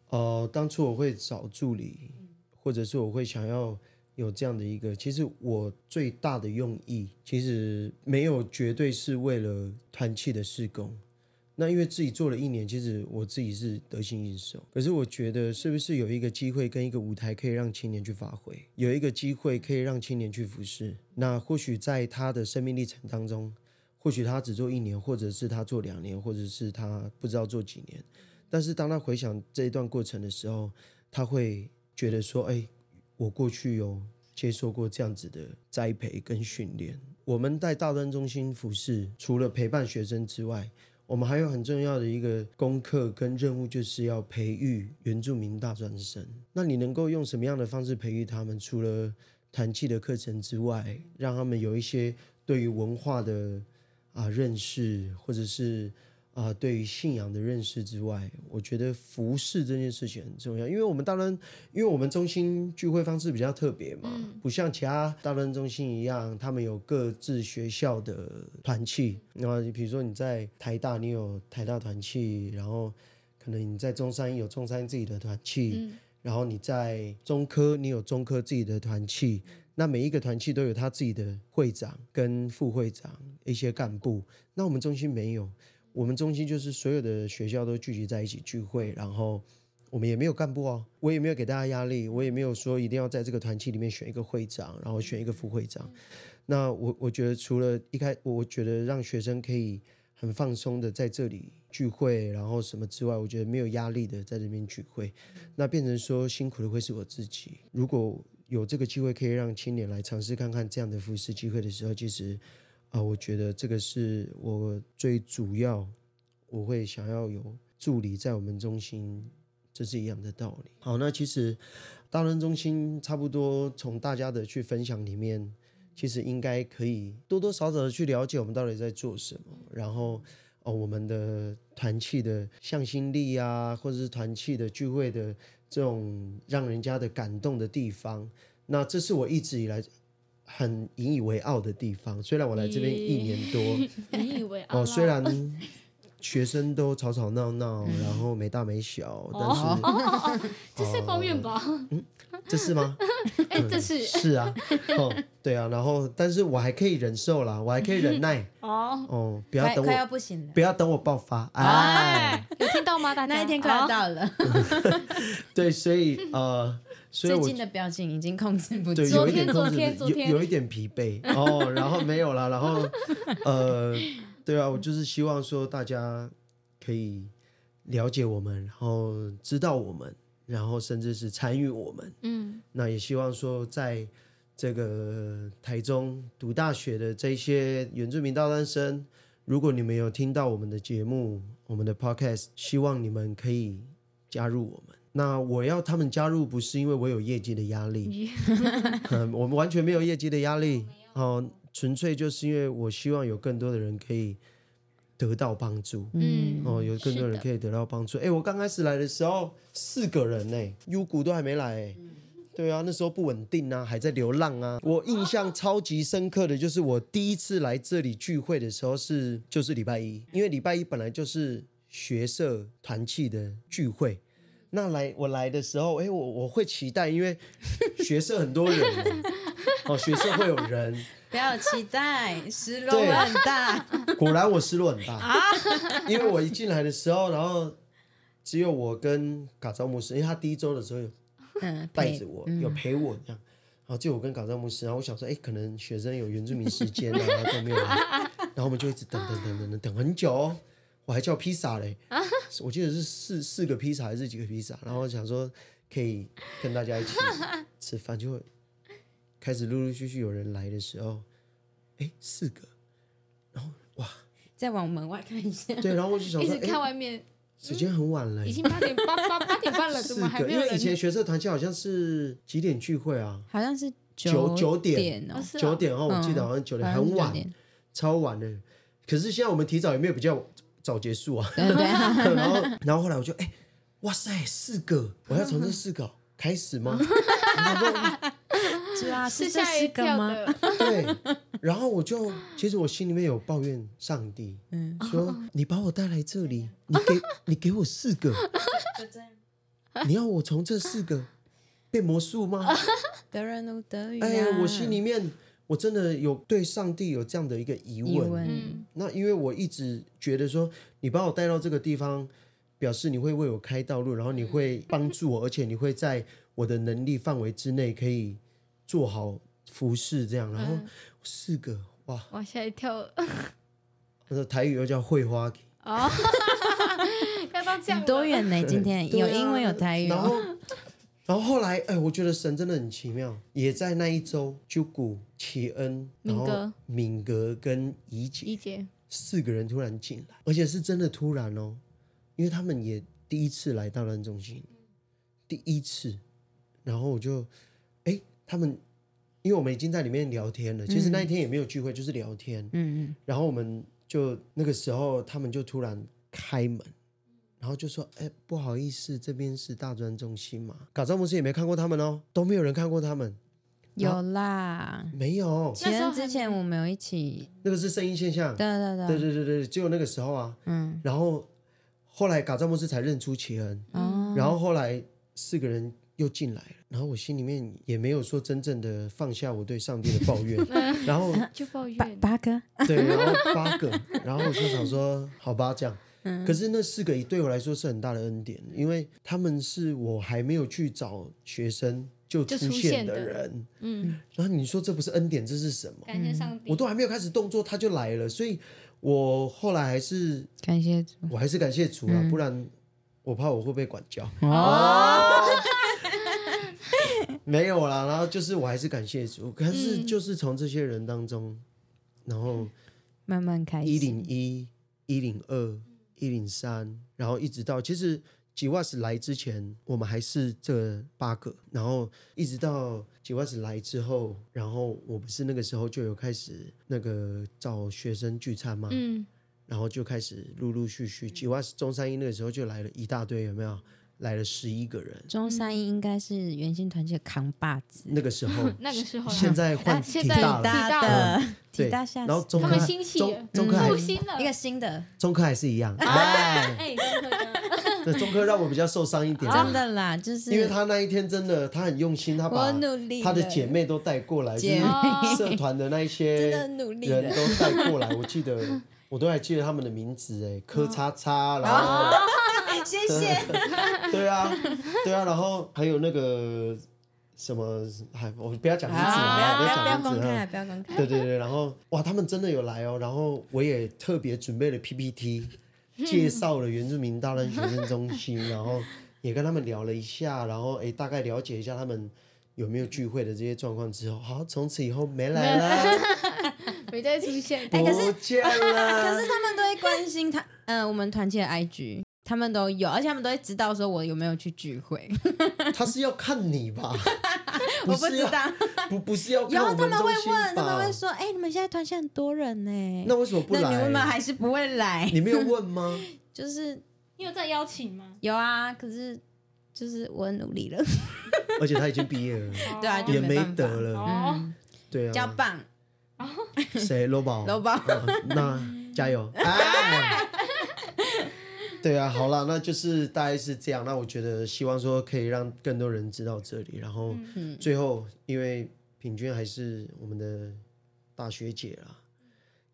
C: 哦，当初我会找助理，或者是我会想要有这样的一个。其实我最大的用意，其实没有绝对是为了团契的施工。那因为自己做了一年，其实我自己是得心应手。可是我觉得，是不是有一个机会跟一个舞台可以让青年去发挥，有一个机会可以让青年去服侍？那或许在他的生命历程当中，或许他只做一年，或者是他做两年，或者是他不知道做几年。但是当他回想这一段过程的时候，他会觉得说：“哎，我过去有接受过这样子的栽培跟训练。”我们在大专中心服饰，除了陪伴学生之外，我们还有很重要的一个功课跟任务，就是要培育原住民大专生。那你能够用什么样的方式培育他们？除了弹气的课程之外，让他们有一些对于文化的啊认识，或者是啊、对于信仰的认识之外，我觉得服饰这件事情很重要，因为我们大专，因为我们中心聚会方式比较特别嘛，不像其他大专中心一样，他们有各自学校的团契。那比如说你在台大，你有台大团契，然后可能你在中山有中山自己的团契，然后你在中科，你有中科自己的团契。那每一个团契都有他自己的会长跟副会长一些干部，那我们中心没有。我们中心就是所有的学校都聚集在一起聚会，然后我们也没有干部哦，我也没有给大家压力，我也没有说一定要在这个团体里面选一个会长，然后选一个副会长。那我我觉得除了一开，我我觉得让学生可以很放松的在这里聚会，然后什么之外，我觉得没有压力的在这边聚会，那变成说辛苦的会是我自己。如果有这个机会可以让青年来尝试看看这样的服饰机会的时候，其实。啊，我觉得这个是我最主要，我会想要有助理在我们中心，这是一样的道理。好，那其实大人中心差不多从大家的去分享里面，其实应该可以多多少少的去了解我们到底在做什么，然后哦，我们的团契的向心力啊，或者是团契的聚会的这种让人家的感动的地方，那这是我一直以来。很引以为傲的地方，虽然我来这边一年多，
D: 你以为啊
C: 哦，虽然学生都吵吵闹闹，然后没大没小，但是
D: 这是抱怨吧？
C: 这是吗？
D: 哎、这是
C: 是啊，哦，对啊，然后但是我还可以忍受啦，我还可以忍耐
D: 哦，
C: 哦，不要
A: 快
C: 等
A: 快要
C: 我，
A: 不行了
C: 不，要等我爆发哎，
D: 哎，有听到吗？大家
A: 那一天快要
D: 哦
A: 到了，
C: 对，所以呃， 所以
A: 最
C: 我
A: 近的表情已经控制不住
C: 对，
D: 昨
C: 有一点
D: 天
C: 控
D: 昨
C: 制
D: 天
C: 不
D: 昨
C: 有
D: 天
C: 有一点疲惫哦，然后没有啦，然后呃，对啊，我就是希望说大家可以了解我们，然后知道我们，然后甚至是参与我们，
D: 嗯，
C: 那也希望说在。这个台中读大学的这些原住民大专生，如果你们有听到我们的节目，我们的 podcast，希望你们可以加入我们。那我要他们加入，不是因为我有业绩的压力， 嗯，我们完全没有业绩的压力，哦，纯粹就是因为我希望有更多的人可以得到帮助，
D: 嗯
C: 哦，有更
D: 是
C: 多人
D: 的
C: 可以得到帮助。哎，我刚开始来的时候四个人呢、优谷都还没来、欸。
D: 嗯
C: 对啊，那时候不稳定啊，还在流浪啊。
D: 哦
C: 我印象超级深刻的就是我第一次来这里聚会的时候是就是礼拜一，因为礼拜一本来就是学社团契的聚会。那来我来的时候，哎，我我会期待，因为学社很多人嘛，哦，学社会有人。
A: 不要期待，失落
C: 对
A: 很大。
C: 果然我失落很大， 因为我一进来的时候，然后只有我跟嘎昭牧师，因为他第一周的时候有
A: 嗯，
C: 带
A: 陪
C: 着我，
A: 嗯
C: 有陪我这样。然后就我跟港造牧师，然后我想说，哎，可能学生有原住民时间啊，然后都没有来，然后我们就一直等等等等等等很久哦、我还叫披萨嘞，我记得是四四个披萨还是几个披萨，然后我想说可以跟大家一起吃饭，就会开始陆陆续续有人来的时候，哎，四个，
A: 再往门外看一下，
C: 对，然后我就想
D: 一
C: 说，
D: 直看
C: 哎，
D: 外面，
C: 时间很晚了，
D: 已经八点八八八点半了，
C: 四
D: 怎么还
C: 个，
D: 没
C: 因
D: 有
C: 为以
D: 人？
C: 前学社团契好像是几点聚会啊？
A: 好像是
C: 九九点
A: 点哦
D: 哦，是啊
C: 九点哦，我记得
A: 嗯
C: 好像九点，
A: 好像是
C: 很
A: 九
C: 晚，
A: 点
C: 超晚的。可是现在我们提早也没有比较早结 束啊。
A: 对对对 啊，
C: 然后，然后后来我就哎、哇塞，四个，我要从这四个哦开始吗？ 然后
A: 是啊，
D: 是
A: 这
D: 吓一
A: 四个
D: 跳
A: 吗？
D: 的，
C: 对，然后我就其实我心里面有抱怨上帝，
A: 嗯，
C: 说你把我带来这里，你给你给我四个，你要我从这四个变魔术吗？
A: 德人奴德语啊，
C: 哎，我心里面我真的有对上帝有这样的一个疑
A: 疑
C: 问。
A: 问，
D: 嗯，
C: 那因为我一直觉得说，你把我带到这个地方，表示你会为我开道路，然后
A: 嗯
C: 你会帮助我，而且你会在我的能力范围之内可以做好服饰这样。然后
D: 嗯
C: 四个哇，
D: 哇，吓一跳了，
C: 他说台语又叫会花，
D: 哦，要到这样
A: 你
D: 了
A: 多？远呢？今天
C: 对
A: 有
C: 啊
A: 英文有台语
C: 然
A: 哦，
C: 后，然后后来，哎，我觉得神真的很奇妙，也在那一周，就谷、奇恩、然
D: 敏格
C: 后敏格跟怡姐
D: 一姐，
C: 四个人突然进来，而且是真的突然哦，因为他们也第一次来到人中心，第一次，然后我就，哎，他们，因为我们已经在里面聊天了，其实那一天也没有聚会，就是聊天，
A: 嗯嗯，
C: 然后我们就那个时候他们就突然开门，然后就说，哎，不好意思，这边是大专中心嘛，嘎造牧师也没看过他们哦，都没有人看过他们，
A: 有啦。
C: 没有，
A: 其
D: 那时
A: 实
D: 候
A: 之
D: 还
A: 前
D: 没
A: 我们有一起，
C: 那个是声音现象，
A: 对啊对对，
C: 对对对对，只有那个时候啊，
A: 嗯，
C: 然后后来嘎扎莫斯才认出奇恩，
A: 哦，
C: 然后后来四个人又进来了，然后我心里面也没有说真正的放下我对上帝的抱 怨，然后
D: 就抱
A: 八
D: 怨，
A: 八哥，
C: 对，然后八个，然后我就想说，好吧，这样。
D: 嗯
C: 可是那四个对我来说是很大的恩典，因为他们是我还没有去找学生就
D: 就
C: 出
D: 出
C: 现
D: 现
C: 的
D: 的
C: 人，
D: 嗯，
C: 然后你说这不是恩典，这是什么？
D: 感谢上帝，
C: 我都还没有开始动作，他就来了，所以我后来还是
A: 感谢主，
C: 我还是感谢主啊，
A: 嗯
C: 不然我怕我会被管教。 没有啦，然后就是我还是感谢主，可是
A: 嗯
C: 就是从这些人当中，然后
A: 慢慢开
C: 一
A: 始，
C: 零一、一零二、一零三，然后一直到其实吉瓦斯来之前，我们还是这八个，然后一直到吉瓦斯来之后，然后我不是那个时候就有开始那个找学生聚餐嘛，
D: 嗯，
C: 然后就开始陆陆续续，吉瓦斯中山一那个时候就来了一大堆，有没有？来了十一个人，
A: 中山一应该是原先团体的扛把子，
C: 那个时候
D: 那个时候啊
C: 现在换
D: 啊现
C: 体
D: 在
C: 大
D: 体
C: 了，嗯
D: 大
A: 的
C: 对，
A: 体大下
C: 然后中
D: 他
C: 科
D: 们
C: 还
D: 兴起了
C: 中中科还
D: 复兴了
A: 一，个新的，
C: 中科还是一样，哎，
D: 哎，真的
C: 对，中科让我比较受伤一点，
A: 真的啦，就是
C: 因为他那一天真的他很用心，他
A: 我
C: 把
A: 努力了，
C: 他的姐妹都带过来，就
A: 姐
C: 是
A: 妹
C: 社团的那一
A: 真
C: 些
A: 的努力
C: 人
A: 了，
C: 都带过来，我记得我都还记得他们的名字，哎，柯叉叉，然后。
A: 哦谢谢，
C: 对啊，对啊，然后还有那个什么，还我不要讲 名字啊，
A: 不要不要
C: 讲
A: 公
C: 名字
A: 开，
C: 啊。
A: 不要公开，
C: 对对对，然后哇，他们真的有来哦，然后我也特别准备了 PPT，介绍了原住民大人学生中心，然后也跟他们聊了一下，然后诶，大概了解一下他们有没有聚会的这些状况之后，好，从此以后没来 了，
D: 没再出现，
C: 不见
A: 哎可
C: 了
A: 是。他们都会关心他， 嗯，我们团体的 IG。他们都有，而且他们都会知道说我有没有去聚会，
C: 他是 要看你吧？
A: 我
C: 不是
A: 知
C: 要
A: 道。
C: 不不是要
A: 然
C: 看
A: 后
C: 我
A: 他
C: 们
A: 们会
C: 中心
A: 问，他们
C: 吧
A: 会？说：“哎、你们现在团现很多人呢、
C: 那为什么不
A: 那你
C: 来？
A: 们还是不会来？
C: 你没有问 吗？
A: 就是
D: 你有在邀请吗？
A: 有啊，可是就是我努力了，
C: 而且他已经毕业了，
A: 对啊，就
C: 也
A: 没
C: 没
A: 办法
C: 得了。
D: 哦，
C: 对
A: 加
C: 啊，
A: 棒，
C: 谁？罗宝，
A: 老板，
C: 啊 那加油！哎对啊，好啦，那就是大概是这样。那我觉得希望说可以让更多人知道这里，然后
A: 嗯
C: 最后因为品君还是我们的大学姐啦，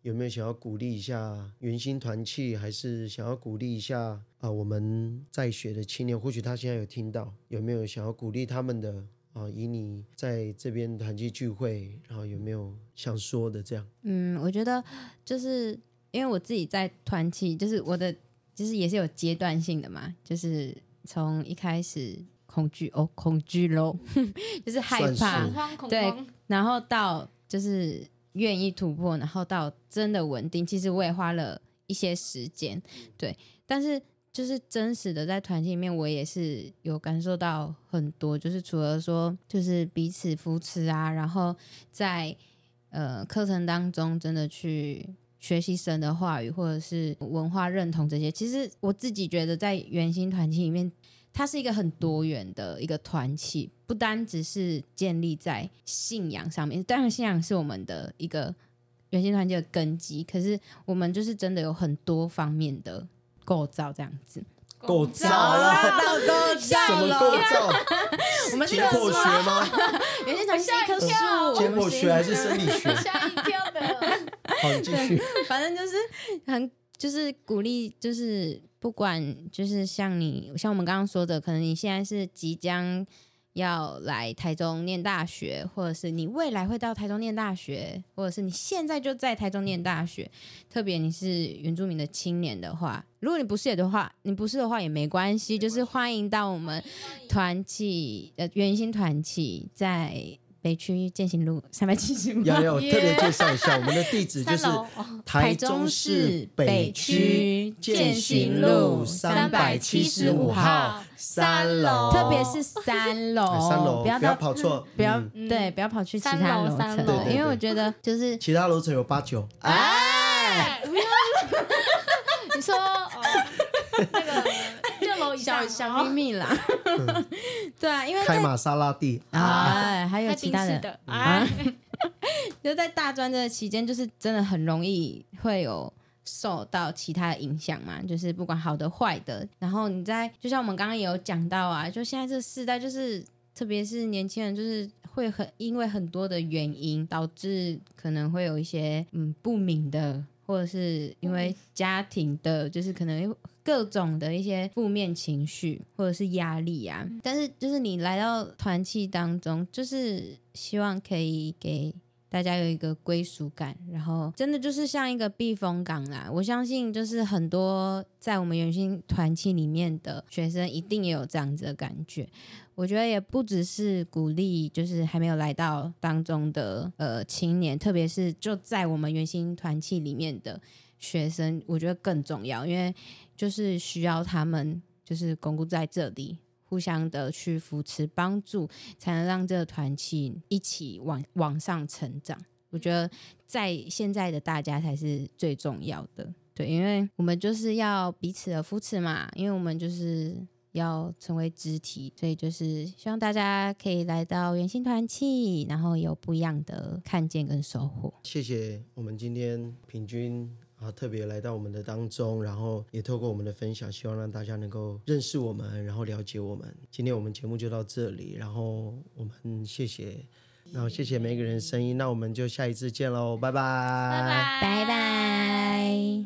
C: 有没有想要鼓励一下圆心团契，还是想要鼓励一下啊、我们在学的青年？或许他现在有听到，有没有想要鼓励他们的啊、以你在这边团契聚会，然后有没有想说的这样？
A: 嗯，我觉得就是因为我自己在团契，就是我的就是也是有阶段性的嘛，就是从一开始恐惧哦，恐惧咯， 就是害
C: 算
A: 怕
C: 是
D: 恐，慌恐
A: 对
D: 慌，
A: 然后到就是愿意突破，然后到真的稳定，其实我也花了一些时间，对，但是就是真实的在团体里面，我也是有感受到很多，就是除了说就是彼此扶持啊，然后在呃课程当中真的去。学习神的话语，或者是文化认同这些，其实我自己觉得，在圆心团体里面，它是一个很多元的一个团体，不单只是建立在信仰上面，当然信仰是我们的一个原型团体的根基，可是我们就是真的有很多方面的构造这样子。
C: 构造
D: 啊
C: 啦，
A: 构
C: 什么构造？
A: 我们是
C: 解剖学吗？
A: 原型团体是一棵树，
C: 解剖学还是生理 学？
D: 吓一跳的。
C: 好，你继续。
A: 反正就是很就是鼓励，就是不管就是像你像我们刚刚说的，可能你现在是即将要来台中念大学，或者是你未来会到台中念大学，或者是你现在就在台中念大学，特别你是原住民的青年的话，如果你不是的话，你不是的话也没关系，就是欢迎到我们团契呃圆心团契在。北区践行路三百七十五，
C: 要要我特别介绍一下，我们的地址就
D: 三
C: 是
D: 楼，
C: 台中市北区践行路375号三
D: 哦
C: 楼，
A: 特别是三楼，
C: 哎三楼，
A: 不要
C: 不要
A: 到
C: 跑错，
A: 不要、
C: 嗯
D: 嗯
A: 对，不要跑去其
D: 三
A: 他
D: 楼
A: 楼
D: 三
A: 层，
C: 楼
A: 因为我觉得就是
C: 其他楼层有八九。哎，
D: 哎，你 说哦那个六楼以上
A: 小
D: 哦，
A: 小秘密啦，
C: 嗯
A: 对啊，因为
C: 开玛莎拉蒂啊，
A: 啊，还有
D: 开
A: 其
D: 宾
A: 他
D: 士
A: 的，
D: 的，哎，
A: 就在大专的期间，就是真的很容易会有受到其他的影响嘛，就是不管好的坏的。然后你在就像我们刚刚也有讲到啊，就现在这个世代，就是特别是年轻人，就是会很因为很多的原因，导致可能会有一些嗯不明的，或者是因为家庭的，就是可能。各种的一些负面情绪或者是压力啊，但是就是你来到团契当中，就是希望可以给大家有一个归属感，然后真的就是像一个避风港啦。我相信就是很多在我们原心团契里面的学生一定也有这样子的感觉。我觉得也不只是鼓励，就是还没有来到当中的呃青年，特别是就在我们原心团契里面的学生，我觉得更重要，因为就是需要他们就是巩固在这里，互相的去扶持帮助，才能让这个团体一起往往上成长。我觉得在现在的大家才是最重要的，对，因为我们就是要彼此的扶持嘛，因为我们就是要成为肢体，所以就是希望大家可以来到圆心团契，然后有不一样的看见跟收获。
C: 谢谢我们今天平均。啊，特别来到我们的当中，然后也透过我们的分享，希望让大家能够认识我们，然后了解我们。今天我们节目就到这里，然后我们谢谢，然后谢谢每一个人的声音，那我们就下一次见喽，拜拜，拜
D: 拜拜
A: 拜拜。